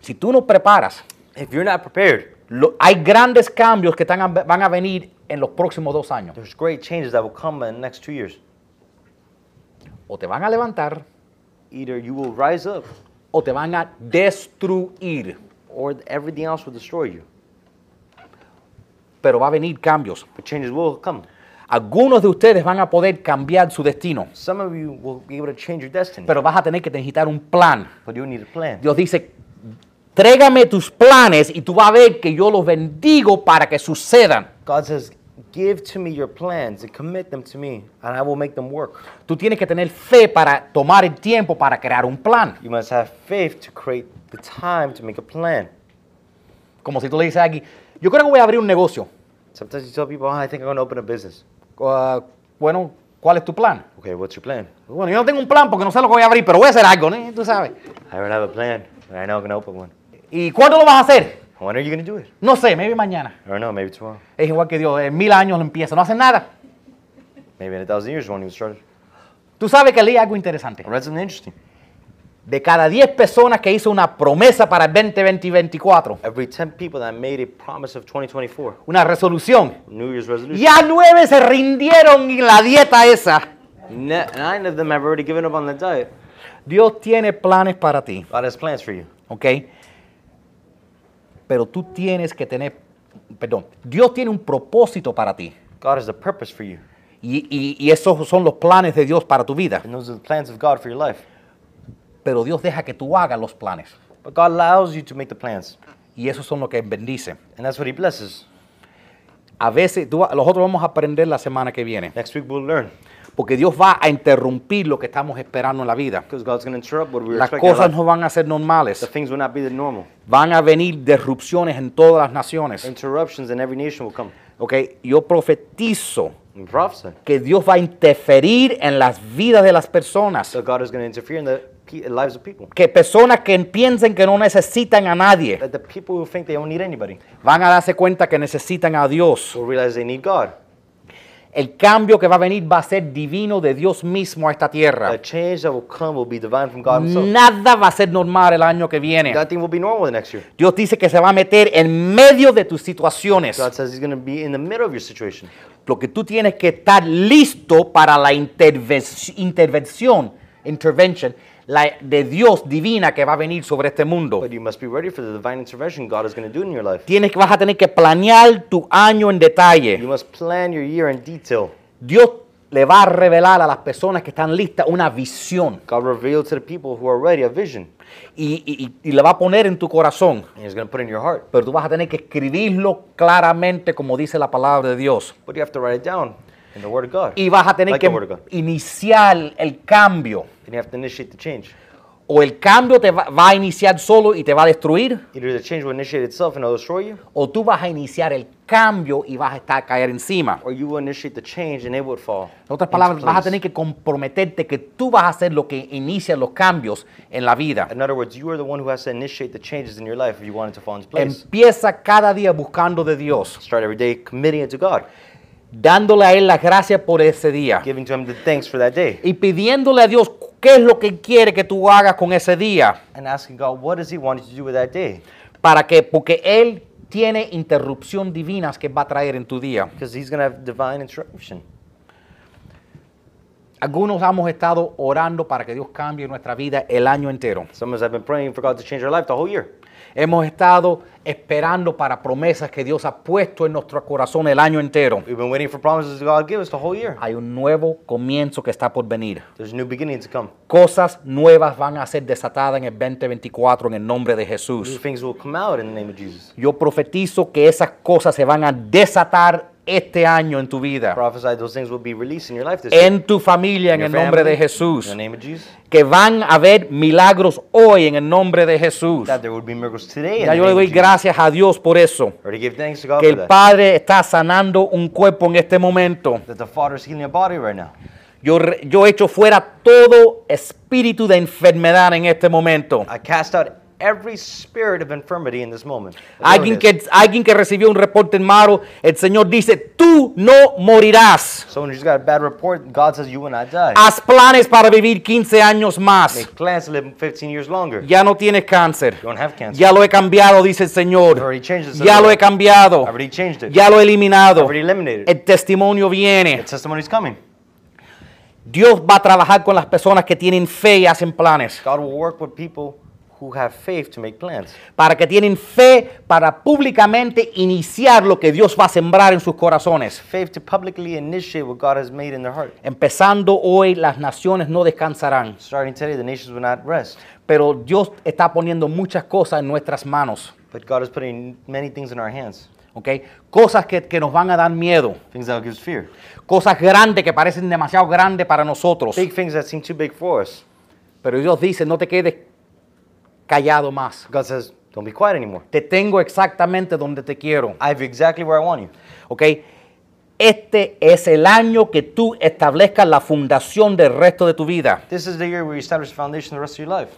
Speaker 6: Si tú no preparas,
Speaker 5: If you're not prepared,
Speaker 6: lo- hay grandes cambios que están a- van a venir en los próximos dos años.
Speaker 5: there's great changes that will come in the next two years.
Speaker 6: O te van a levantar
Speaker 5: Either you will rise up,
Speaker 6: o te van a destruir.
Speaker 5: or everything else will destroy you.
Speaker 6: Pero va a venir cambios.
Speaker 5: But changes will come.
Speaker 6: Algunos de ustedes van a poder cambiar su destino,
Speaker 5: Some of you will be able to change your destiny,
Speaker 6: pero vas a tener que necesitar un plan.
Speaker 5: but you need a plan.
Speaker 6: Dios dice, trégame tus planes y tú vas a ver que yo los bendigo para que sucedan.
Speaker 5: God says, Give to me your plans and commit them to me, and I will make them work.
Speaker 6: Tú tienes que tener fe para tomar el tiempo para crear un plan.
Speaker 5: You must have faith to create the time to make a plan.
Speaker 6: Como si tú le dices aquí, yo creo que voy a abrir un negocio.
Speaker 5: Sometimes you tell people, oh, I think I'm going to open a business.
Speaker 6: Ah, bueno, ¿cuál es tu plan?
Speaker 5: Okay, what's your plan?
Speaker 6: Bueno, yo no tengo un plan porque no sé lo que voy a abrir, pero voy a hacer algo, ¿eh? Tú sabes.
Speaker 5: I don't have a plan, but I know I'm going to open one.
Speaker 6: ¿Y cuándo lo vas a hacer?
Speaker 5: When are you going to do it?
Speaker 6: No sé, maybe mañana.
Speaker 5: I don't know, maybe tomorrow.
Speaker 6: Es igual que Dios, en mil años lo empieza, no hacen nada.
Speaker 5: Maybe in a thousand years, you won't even start it.
Speaker 6: Tú sabes que leí algo interesante.
Speaker 5: I read something interesting.
Speaker 6: De cada 10 personas que hizo una promesa para el 2020 y 2024,
Speaker 5: Every 10 people that made a promise of 2024,
Speaker 6: una resolución,
Speaker 5: New Year's resolution,
Speaker 6: ya nueve se rindieron en la dieta esa.
Speaker 5: ne- nine of them have already given up on the diet.
Speaker 6: Dios tiene planes para ti,
Speaker 5: God has plans for you.
Speaker 6: ¿ok? Pero tú tienes que tener, perdón, Dios tiene un propósito para ti.
Speaker 5: God has a purpose for you.
Speaker 6: Y, y- y esos son los planes de Dios para tu vida.
Speaker 5: And those are the plans of God for your life.
Speaker 6: Pero Dios deja que tú hagas los planes.
Speaker 5: But God allows you to make the plans.
Speaker 6: Y esos son los que bendice.
Speaker 5: And that's what He blesses.
Speaker 6: A veces, tú- nosotros vamos a aprender la semana que viene.
Speaker 5: Next week we'll learn.
Speaker 6: Porque Dios va a interrumpir lo que estamos esperando en la vida.
Speaker 5: Because God's going to interrupt what we were
Speaker 6: Las
Speaker 5: expecting. in
Speaker 6: cosas
Speaker 5: life.
Speaker 6: no van a ser
Speaker 5: The
Speaker 6: normales.
Speaker 5: things will not be the normal.
Speaker 6: Van a venir disrupciones en todas las naciones.
Speaker 5: Interruptions in every nation will come.
Speaker 6: ¿ok? Yo profetizo
Speaker 5: And prophesy.
Speaker 6: que Dios va a interferir en las vidas de las personas.
Speaker 5: So God is going to interfere in the pe- lives of people.
Speaker 6: Que personas que piensen que no necesitan a nadie
Speaker 5: That the people who think they don't need anybody
Speaker 6: van a darse cuenta que necesitan a Dios.
Speaker 5: will realize they need God.
Speaker 6: El cambio que va a venir va a ser divino de Dios mismo a esta
Speaker 5: The
Speaker 6: tierra.
Speaker 5: change that will come will be divine from God Himself.
Speaker 6: Nada va a ser normal el año que viene.
Speaker 5: Nothing will be normal the next year.
Speaker 6: Dios dice que se va a meter en medio de tus situaciones.
Speaker 5: God says He's going to be in the middle of your situation.
Speaker 6: Lo que tú tienes que estar listo para la interve- intervención, intervention, la de Dios divina que va a venir sobre este mundo.
Speaker 5: But you must be ready for the divine intervention God is going to do in your life.
Speaker 6: Tienes que vas a tener que planear tu año en detalle.
Speaker 5: You must plan your year in detail.
Speaker 6: Dios le va a revelar a las personas que están listas una visión
Speaker 5: God revealed to the people who are ready a vision,
Speaker 6: y, y- y- y la va a poner en tu corazón.
Speaker 5: and He's going to put it in your heart.
Speaker 6: Pero tú vas a tener que escribirlo claramente como dice la palabra de Dios.
Speaker 5: But you have to write it down in the Word of God.
Speaker 6: Y vas a tener
Speaker 5: Like
Speaker 6: que
Speaker 5: the Word of God.
Speaker 6: iniciar el cambio.
Speaker 5: And you have to initiate the change.
Speaker 6: O el cambio te va- va a iniciar solo y te va a destruir.
Speaker 5: Either the change will initiate itself and it'll destroy you,
Speaker 6: o tú vas a iniciar el cambio y vas a estar a caer encima.
Speaker 5: or you will initiate the change and it would fall.
Speaker 6: En otras palabras,
Speaker 5: into
Speaker 6: vas a
Speaker 5: place.
Speaker 6: tener que comprometerte que tú vas a hacer lo que inicia los cambios en la vida.
Speaker 5: In other words, you are the one who has to initiate the changes in your life if you want it to fall into place.
Speaker 6: Empieza cada día buscando de Dios,
Speaker 5: Start every day committing it to God,
Speaker 6: dándole a Él las gracias por ese día
Speaker 5: giving to Him the thanks for that day,
Speaker 6: y pidiéndole a Dios qué es lo que quiere que tú hagas con ese día.
Speaker 5: and asking God, what does He want you to do with that day?
Speaker 6: ¿Para que Porque Él tiene interrupción divinas que va a traer en tu día.
Speaker 5: Because He's going to have divine interruption.
Speaker 6: Algunos hemos estado orando para que Dios cambie nuestra vida el año entero.
Speaker 5: Some of us have been praying for God to change our life the whole year.
Speaker 6: Hemos estado esperando para promesas que Dios ha puesto en nuestro corazón el año entero.
Speaker 5: We've been waiting for promises God give us the whole year.
Speaker 6: Hay un nuevo comienzo que está por venir.
Speaker 5: There's new beginnings to come.
Speaker 6: Cosas nuevas van a ser desatadas en el 2024 en el nombre de
Speaker 5: New
Speaker 6: Jesús.
Speaker 5: things will come out in the name of Jesus.
Speaker 6: Yo profetizo que esas cosas se van a desatar este año en tu vida,
Speaker 5: Prophesy those things will be released in your life this year.
Speaker 6: en tu familia, en
Speaker 5: In
Speaker 6: el
Speaker 5: your
Speaker 6: nombre de
Speaker 5: family,
Speaker 6: Jesús.
Speaker 5: In the name of Jesus.
Speaker 6: Que van a haber milagros hoy en el nombre de Jesús.
Speaker 5: That there would be miracles today. in
Speaker 6: Ya
Speaker 5: the
Speaker 6: yo
Speaker 5: name
Speaker 6: le
Speaker 5: of
Speaker 6: doy
Speaker 5: Jesus.
Speaker 6: gracias a Dios por eso.
Speaker 5: Or to give thanks to God
Speaker 6: Que
Speaker 5: for
Speaker 6: el
Speaker 5: that.
Speaker 6: Padre está sanando un cuerpo en este momento.
Speaker 5: That the Father is healing your body right now.
Speaker 6: Yo, re- yo echo fuera todo espíritu de enfermedad en este momento.
Speaker 5: I cast out every spirit of infirmity in this moment. Whatever
Speaker 6: Alguien
Speaker 5: it is.
Speaker 6: que, alguien que recibió un reporte en malo, el Señor dice, tú no morirás.
Speaker 5: Someone who's got a bad report, God says you will not die.
Speaker 6: Haz planes para vivir 15 años más.
Speaker 5: Make plans to live 15 years longer.
Speaker 6: Ya no tienes cáncer.
Speaker 5: You don't have cancer.
Speaker 6: Ya lo he cambiado, dice el
Speaker 5: I've
Speaker 6: Señor.
Speaker 5: already changed this.
Speaker 6: Ya lo he
Speaker 5: I
Speaker 6: cambiado.
Speaker 5: already changed it.
Speaker 6: Ya lo he
Speaker 5: I've
Speaker 6: eliminado.
Speaker 5: already eliminated it.
Speaker 6: El testimonio viene.
Speaker 5: The testimony's coming.
Speaker 6: Dios va a trabajar con las personas que tienen fe y hacen planes.
Speaker 5: God will work with people who have faith to make plans.
Speaker 6: Para que tienen fe para públicamente iniciar lo que Dios va a sembrar en sus corazones.
Speaker 5: Faith to publicly initiate what God has made in their heart.
Speaker 6: Empezando hoy, las naciones no descansarán.
Speaker 5: Starting today, the nations will not rest.
Speaker 6: Pero Dios está poniendo muchas cosas en nuestras manos.
Speaker 5: But God is putting many things in our hands.
Speaker 6: ¿ok? Cosas que, que nos van a dar miedo.
Speaker 5: Things that give us fear.
Speaker 6: Cosas grandes que parecen demasiado grandes para nosotros.
Speaker 5: Big things that seem too big for us.
Speaker 6: Pero Dios dice, no te quedes callado más.
Speaker 5: God says, don't be quiet anymore.
Speaker 6: Te tengo exactamente donde te quiero.
Speaker 5: I have you exactly where I want you.
Speaker 6: ¿ok? Este es el año que tú establezcas la fundación del resto de tu vida.
Speaker 5: This is the year where you establish the foundation of the rest of your life.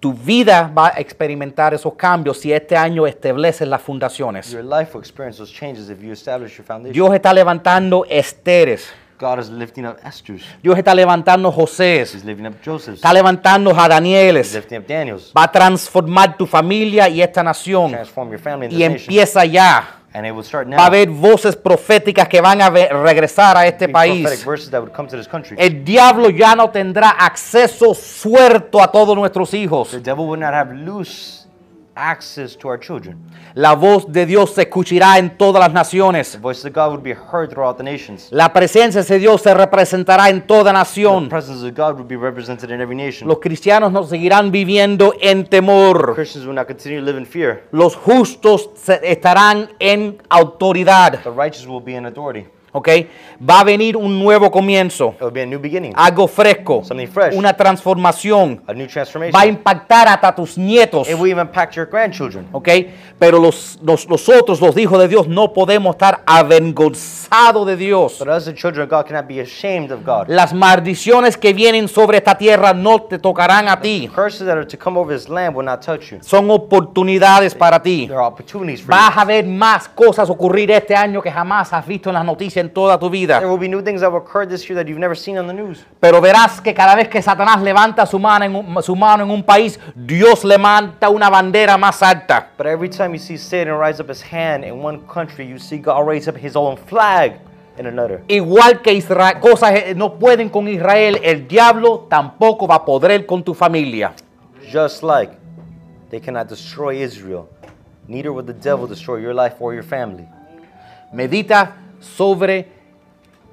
Speaker 6: Tu vida va a experimentar esos cambios si este año estableces las fundaciones.
Speaker 5: Your life will experience those changes if you establish your foundation.
Speaker 6: Dios está levantando Esteres.
Speaker 5: God is lifting up Esther's.
Speaker 6: Dios está levantando José.
Speaker 5: He's lifting up Joseph's.
Speaker 6: Está levantando a
Speaker 5: He's
Speaker 6: Danieles.
Speaker 5: lifting up Daniel's.
Speaker 6: Va a transformar tu familia y esta nación.
Speaker 5: Transform your family into
Speaker 6: Y
Speaker 5: the nation.
Speaker 6: empieza ya.
Speaker 5: And it will start now.
Speaker 6: Va a haber voces proféticas que van a ve- regresar a este
Speaker 5: Big prophetic
Speaker 6: país.
Speaker 5: verses that would come to this country.
Speaker 6: El diablo ya no tendrá acceso suelto a todos nuestros hijos.
Speaker 5: The devil would not have loose access to our children.
Speaker 6: La voz de Dios se escuchará en todas las naciones.
Speaker 5: The voice of God would be heard throughout the nations.
Speaker 6: La presencia de Dios se representará en toda
Speaker 5: The
Speaker 6: nación.
Speaker 5: presence of God would be represented in every nation.
Speaker 6: Los cristianos no seguirán viviendo en temor.
Speaker 5: Christians will not continue to live in fear.
Speaker 6: Los justos se- estarán en autoridad.
Speaker 5: The righteous will be in authority.
Speaker 6: ¿ok? Va a venir un nuevo comienzo.
Speaker 5: It will be a new beginning,
Speaker 6: Algo fresco.
Speaker 5: Something fresh.
Speaker 6: Una transformación.
Speaker 5: a new
Speaker 6: Va a
Speaker 5: transformation.
Speaker 6: impactar hasta tus nietos.
Speaker 5: It will even impact your grandchildren.
Speaker 6: ¿ok? Pero los, los- nosotros, los hijos de Dios, no podemos estar avergonzados de Dios.
Speaker 5: But us, the children of God, cannot be ashamed of God.
Speaker 6: Las maldiciones que vienen sobre esta tierra no te tocarán a ti.
Speaker 5: Curses that are to come over this land will not touch you.
Speaker 6: Son oportunidades para ti.
Speaker 5: There are opportunities for you.
Speaker 6: Vas a ver más cosas ocurrir este año que jamás has visto en las noticias en toda tu
Speaker 5: There
Speaker 6: vida.
Speaker 5: will be new things that will occur this year that you've never seen on the news.
Speaker 6: Pero verás que cada vez que Satanás levanta su mano en un, su mano en un país, Dios levanta una bandera más alta.
Speaker 5: But every time you see Satan rise up his hand in one country, you see God raise up his own flag in another.
Speaker 6: Igual que Israel, cosas eh, no pueden con Israel, el diablo tampoco va a poder con tu familia.
Speaker 5: Just like they cannot destroy Israel, neither will the devil destroy your life or your family.
Speaker 6: Medita sobre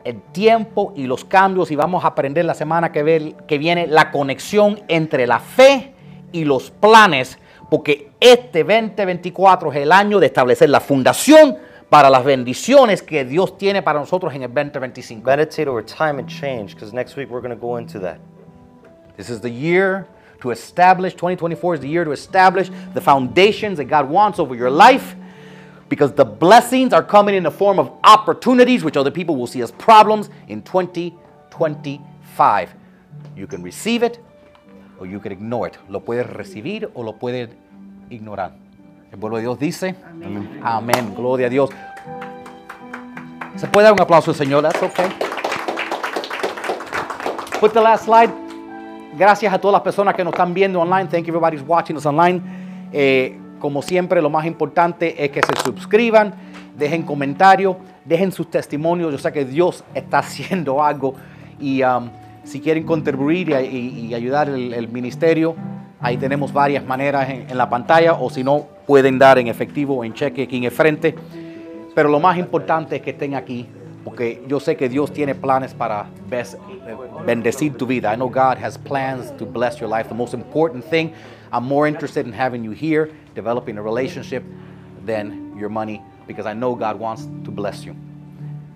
Speaker 6: el tiempo y los cambios y vamos a aprender la semana que, ve- que viene la conexión entre la fe y los planes, porque este 2024 es el año de establecer la fundación para las bendiciones que Dios tiene para nosotros en el 2025.
Speaker 5: Meditate over time and change, because next week we're going to go into that.
Speaker 6: This is the year to establish, 2024 is the year to establish the foundations that God wants over your life because the blessings are coming in the form of opportunities, which other people will see as problems in 2025. You can receive it or you can ignore it. Lo puedes recibir o lo puedes ignorar. El pueblo de Dios dice: Amén. Gloria a Dios. ¿Se puede dar un aplauso al Señor? That's okay. Put the last slide. Gracias a todas las personas que nos están viendo online. Thank you everybody who's watching us online. Eh, como siempre, lo más importante es que se suscriban, dejen comentarios, dejen sus testimonios. Yo sé que Dios está haciendo algo. Y um, si quieren contribuir y, y- y ayudar el, el ministerio, ahí tenemos varias maneras en, en la pantalla. O si no, pueden dar en efectivo o en cheque aquí en el frente. Pero lo más importante es que estén aquí, porque yo sé que Dios tiene planes para bes- bendecir tu vida. I know God has plans to bless your life. The most important thing, I'm more interested in having you here, developing a relationship, than your money, because I know God wants to bless you.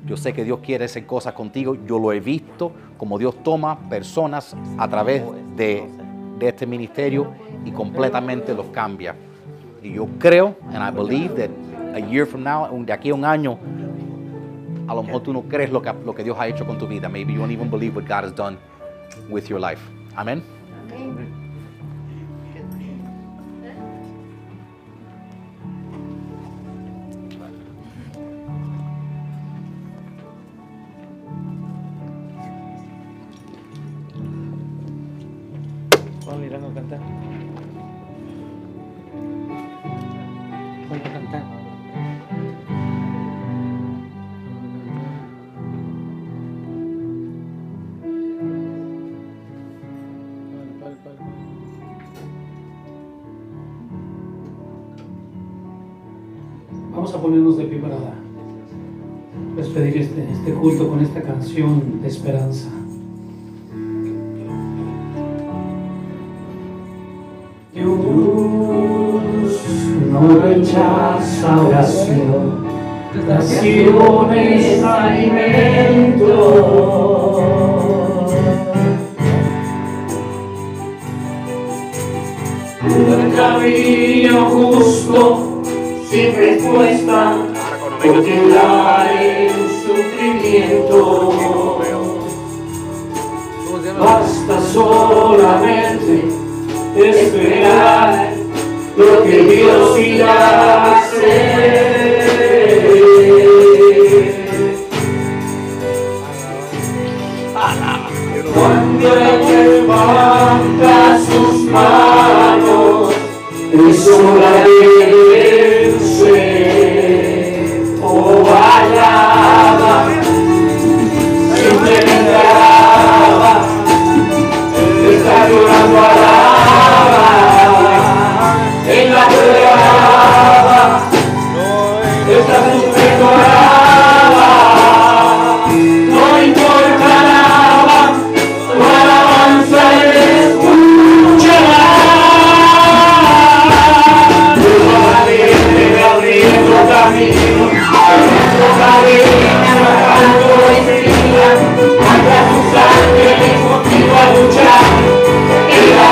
Speaker 6: Yo sé que Dios quiere hacer cosas contigo. Yo lo he visto, como Dios toma personas a través de, de este ministerio y completamente los cambia. Y yo creo, and I believe that a year from now, un- de aquí a un año, a lo mejor tú no crees lo que, lo que Dios ha hecho con tu vida. Maybe you don't even believe what God has done with your life. Amén.
Speaker 8: Juan Miranda a cantar. Juan a cantar. ¿Cuál, cuál, cuál?
Speaker 1: Vamos a ponernos de pie para despedir este, este culto con esta canción de esperanza. Dios no rechaza oración, oración es alimento. Un camino justo sin respuesta, porque la en sufrimiento. Basta solamente esperar lo que Dios irá a hacer. Cuando él levanta sus manos, es hora de vencer. Oh, alaba, siempre me alaba, está llorando alaba, en la prueba, está sufriendo alaba, no importa nada. Tu alabanza es escuchar. Yo alegre abriendo camino, abriendo camino, bajando espinas, hasta tus ángeles contigo a luchar. Y la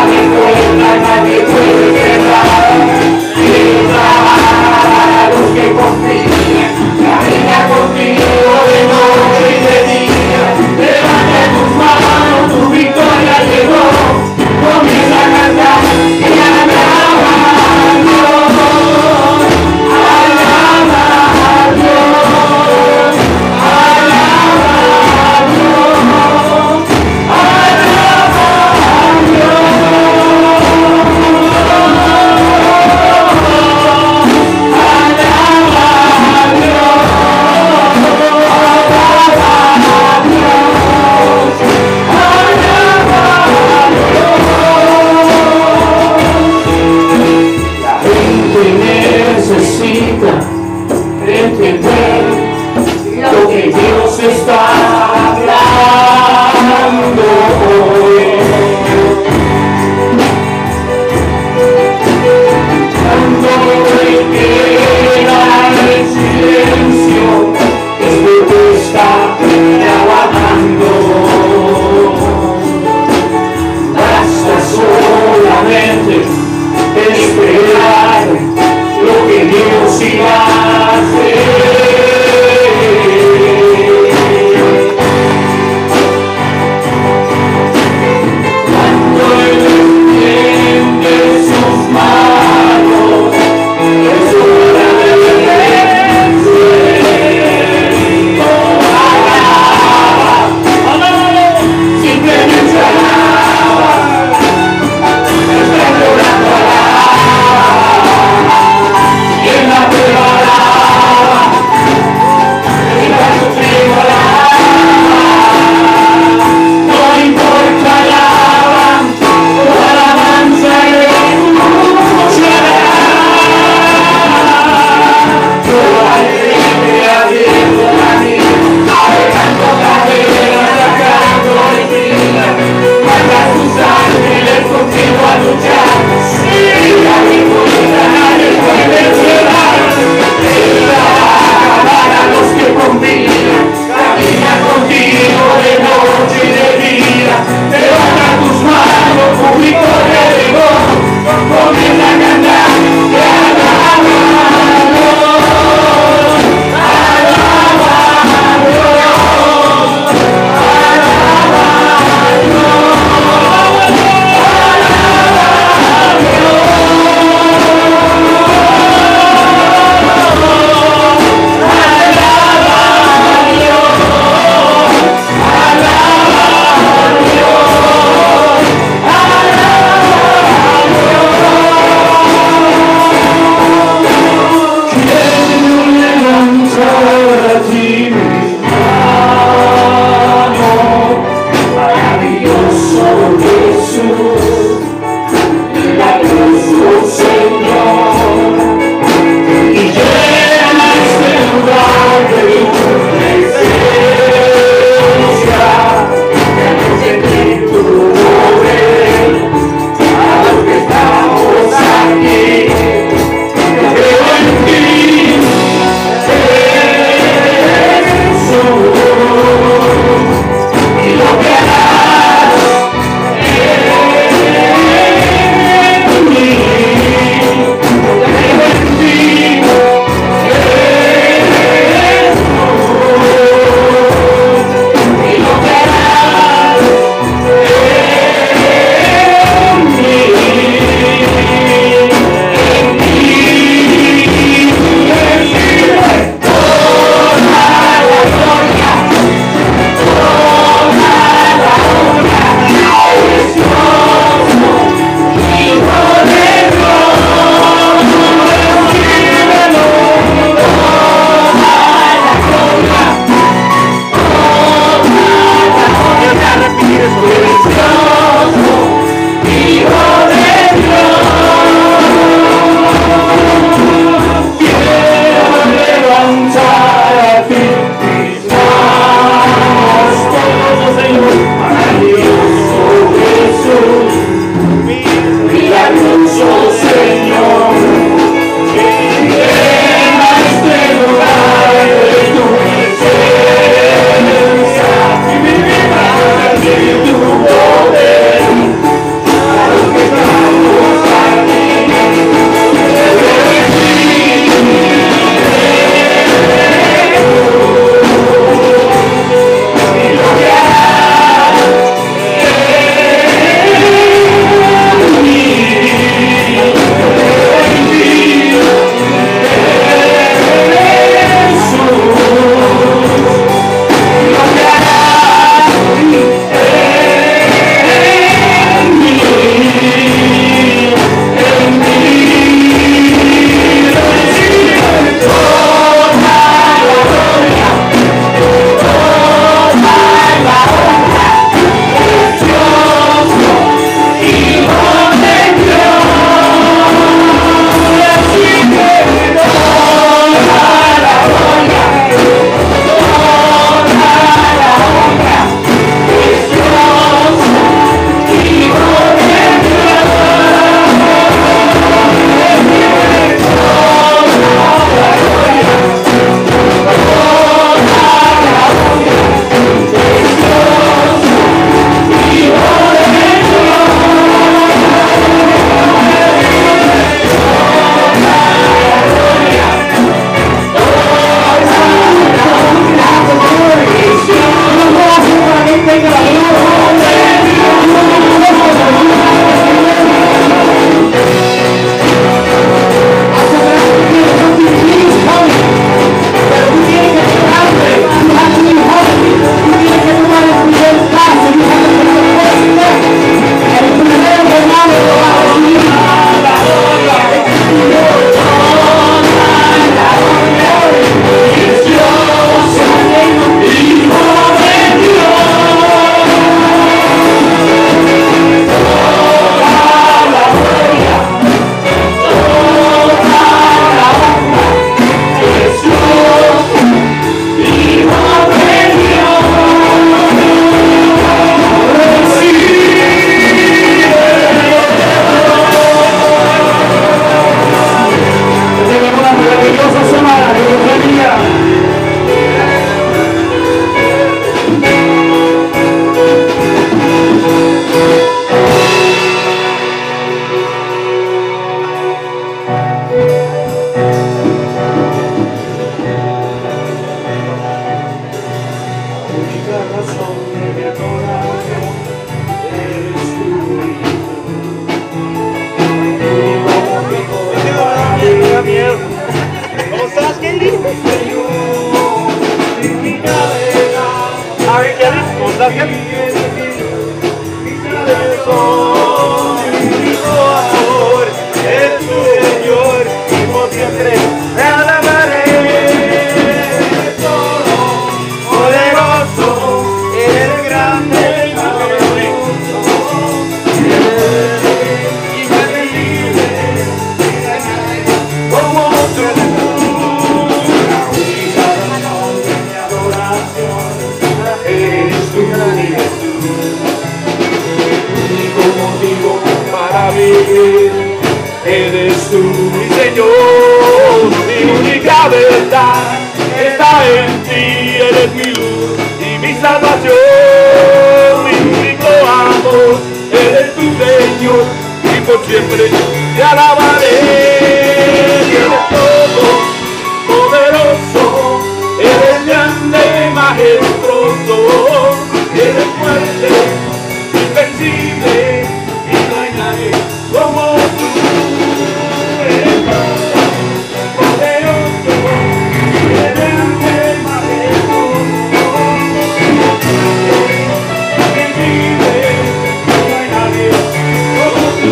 Speaker 9: vivir. Eres tú mi Señor, mi única verdad está en ti, eres mi luz y mi salvación, mi único amor, eres tu Señor y por siempre yo te alabaré. Eres todo, poderoso, eres grande, majestuoso, eres fuerte invencible y no hay nadie como tú. Eres fuerte, poderoso, eres majestuoso, invencible y no hay nadie como tú.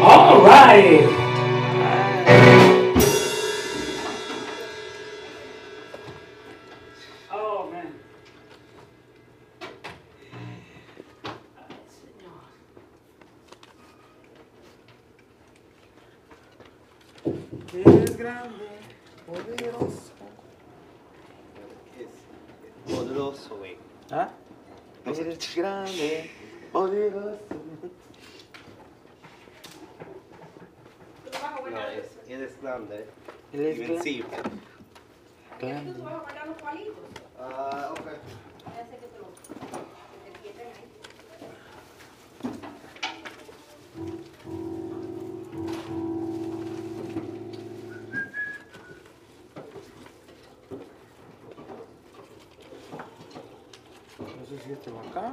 Speaker 1: All right. Oh, man.
Speaker 10: Poderoso, güey.
Speaker 5: ¿Ah?
Speaker 10: Eres grande, poderoso. No, es- eres grande, invencible.
Speaker 3: tú vas a guardar los palitos?
Speaker 10: Ah, ok.
Speaker 3: Parece que te lo- que te quieten ahí.
Speaker 8: No sé si este va acá.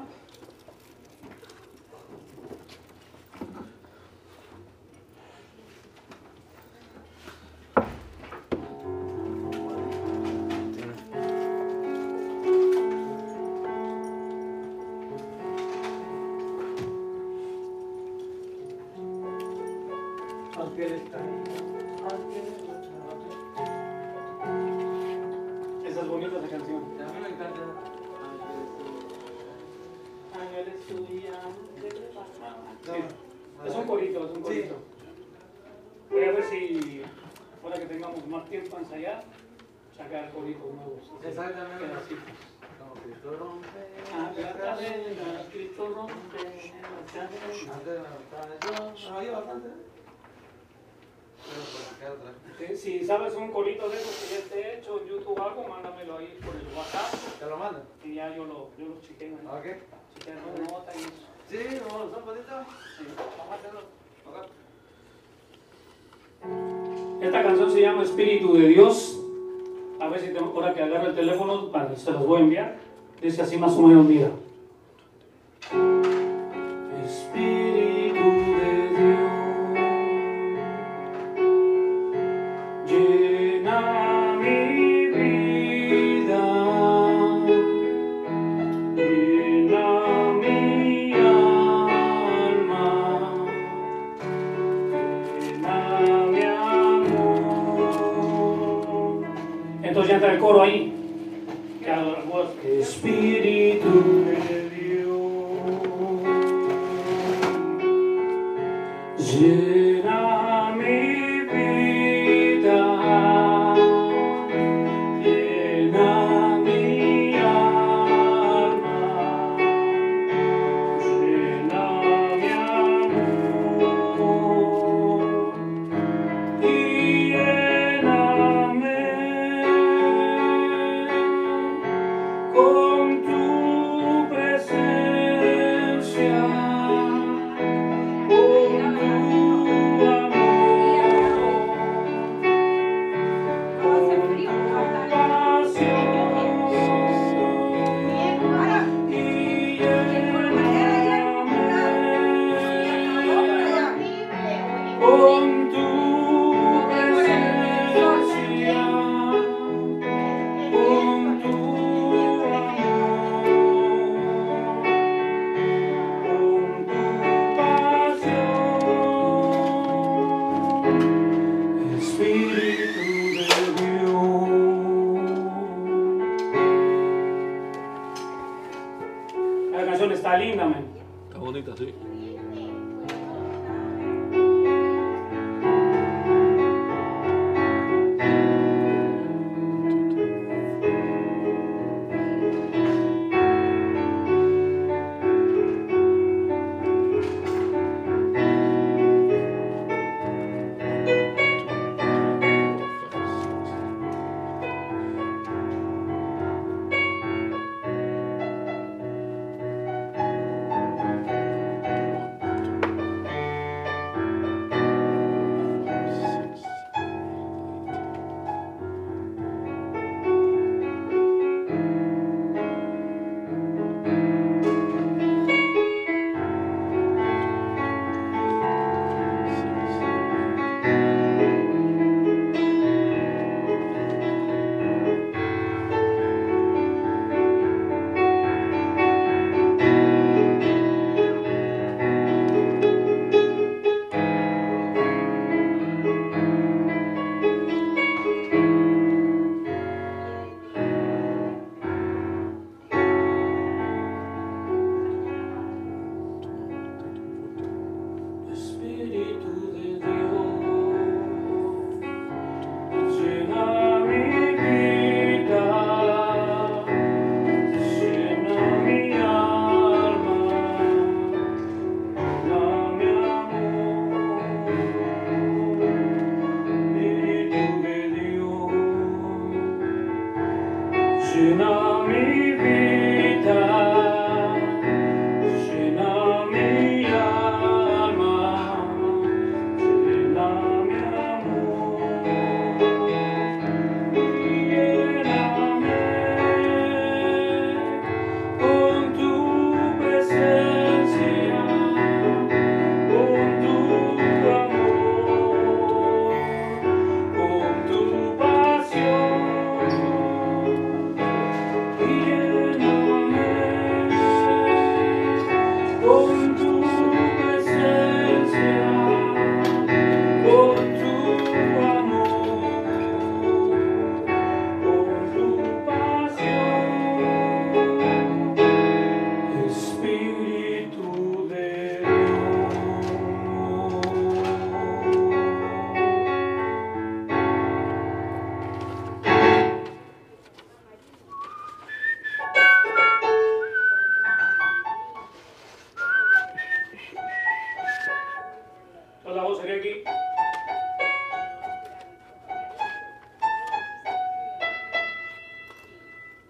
Speaker 8: Aunque él está ahí. Aunque él está ahí. Esa es bonita la canción. A mí me encanta. Ángeles subían.
Speaker 1: Es un corito, es un corito. Voy a ver si ahora que tengamos más tiempo a ensayar, sacar coritos nuevos.
Speaker 8: Exactamente.
Speaker 1: Pedacitos.
Speaker 8: Como Cristo rompe
Speaker 1: Ah,
Speaker 8: las
Speaker 1: las cadenas, Cristo rompe las cadenas.
Speaker 8: Antes de la ventana, yo no había bastante. ¿eh? Pero por acá atrás.
Speaker 1: Si- Si sabes un corito de esos que ya esté hecho en YouTube o algo, mándamelo ahí por el WhatsApp
Speaker 8: ¿Te lo mandan?
Speaker 1: y ya yo lo, yo lo chequeo. ¿no?
Speaker 8: ¿Ok?
Speaker 1: Chequeo una nota y eso.
Speaker 8: Sí, vamos, son bonitos.
Speaker 1: Sí.
Speaker 8: Vamos a hacerlo. Ok.
Speaker 1: Esta canción se llama Espíritu de Dios. A ver si tengo ahora que agarro el teléfono, para, se los voy a enviar. Dice así más o menos, mira. Espíritu de Dios, llena mi vida, llena mi alma. Entonces ya entra el coro ahí. Ya lo recuerdo. Espíritu de Dios, llena mi vida, llena mi alma. Llena mi amor y llena Está linda, men.
Speaker 9: Está bonita, sí. Espíritu de Dios, llena mi vida, llena mi alma, dame amor. Espíritu de Dios, llena mi vida. Llena mi alma, llena mi amor, lléname con tu presencia, con tu amor, con tu pasión, lléname con tu presencia, con tu amor, con tu pasión, Espíritu de Dios. Toda la voz sería aquí.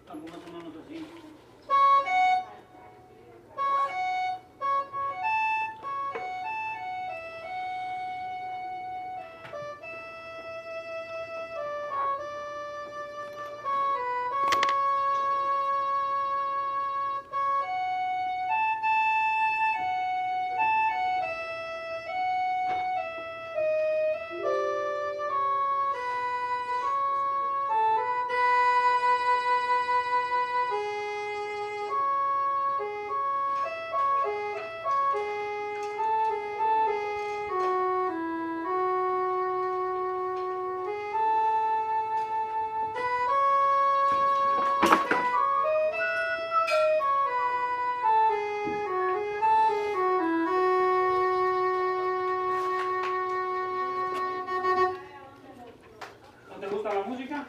Speaker 9: Tampoco son unos así. ¿No te gusta la música?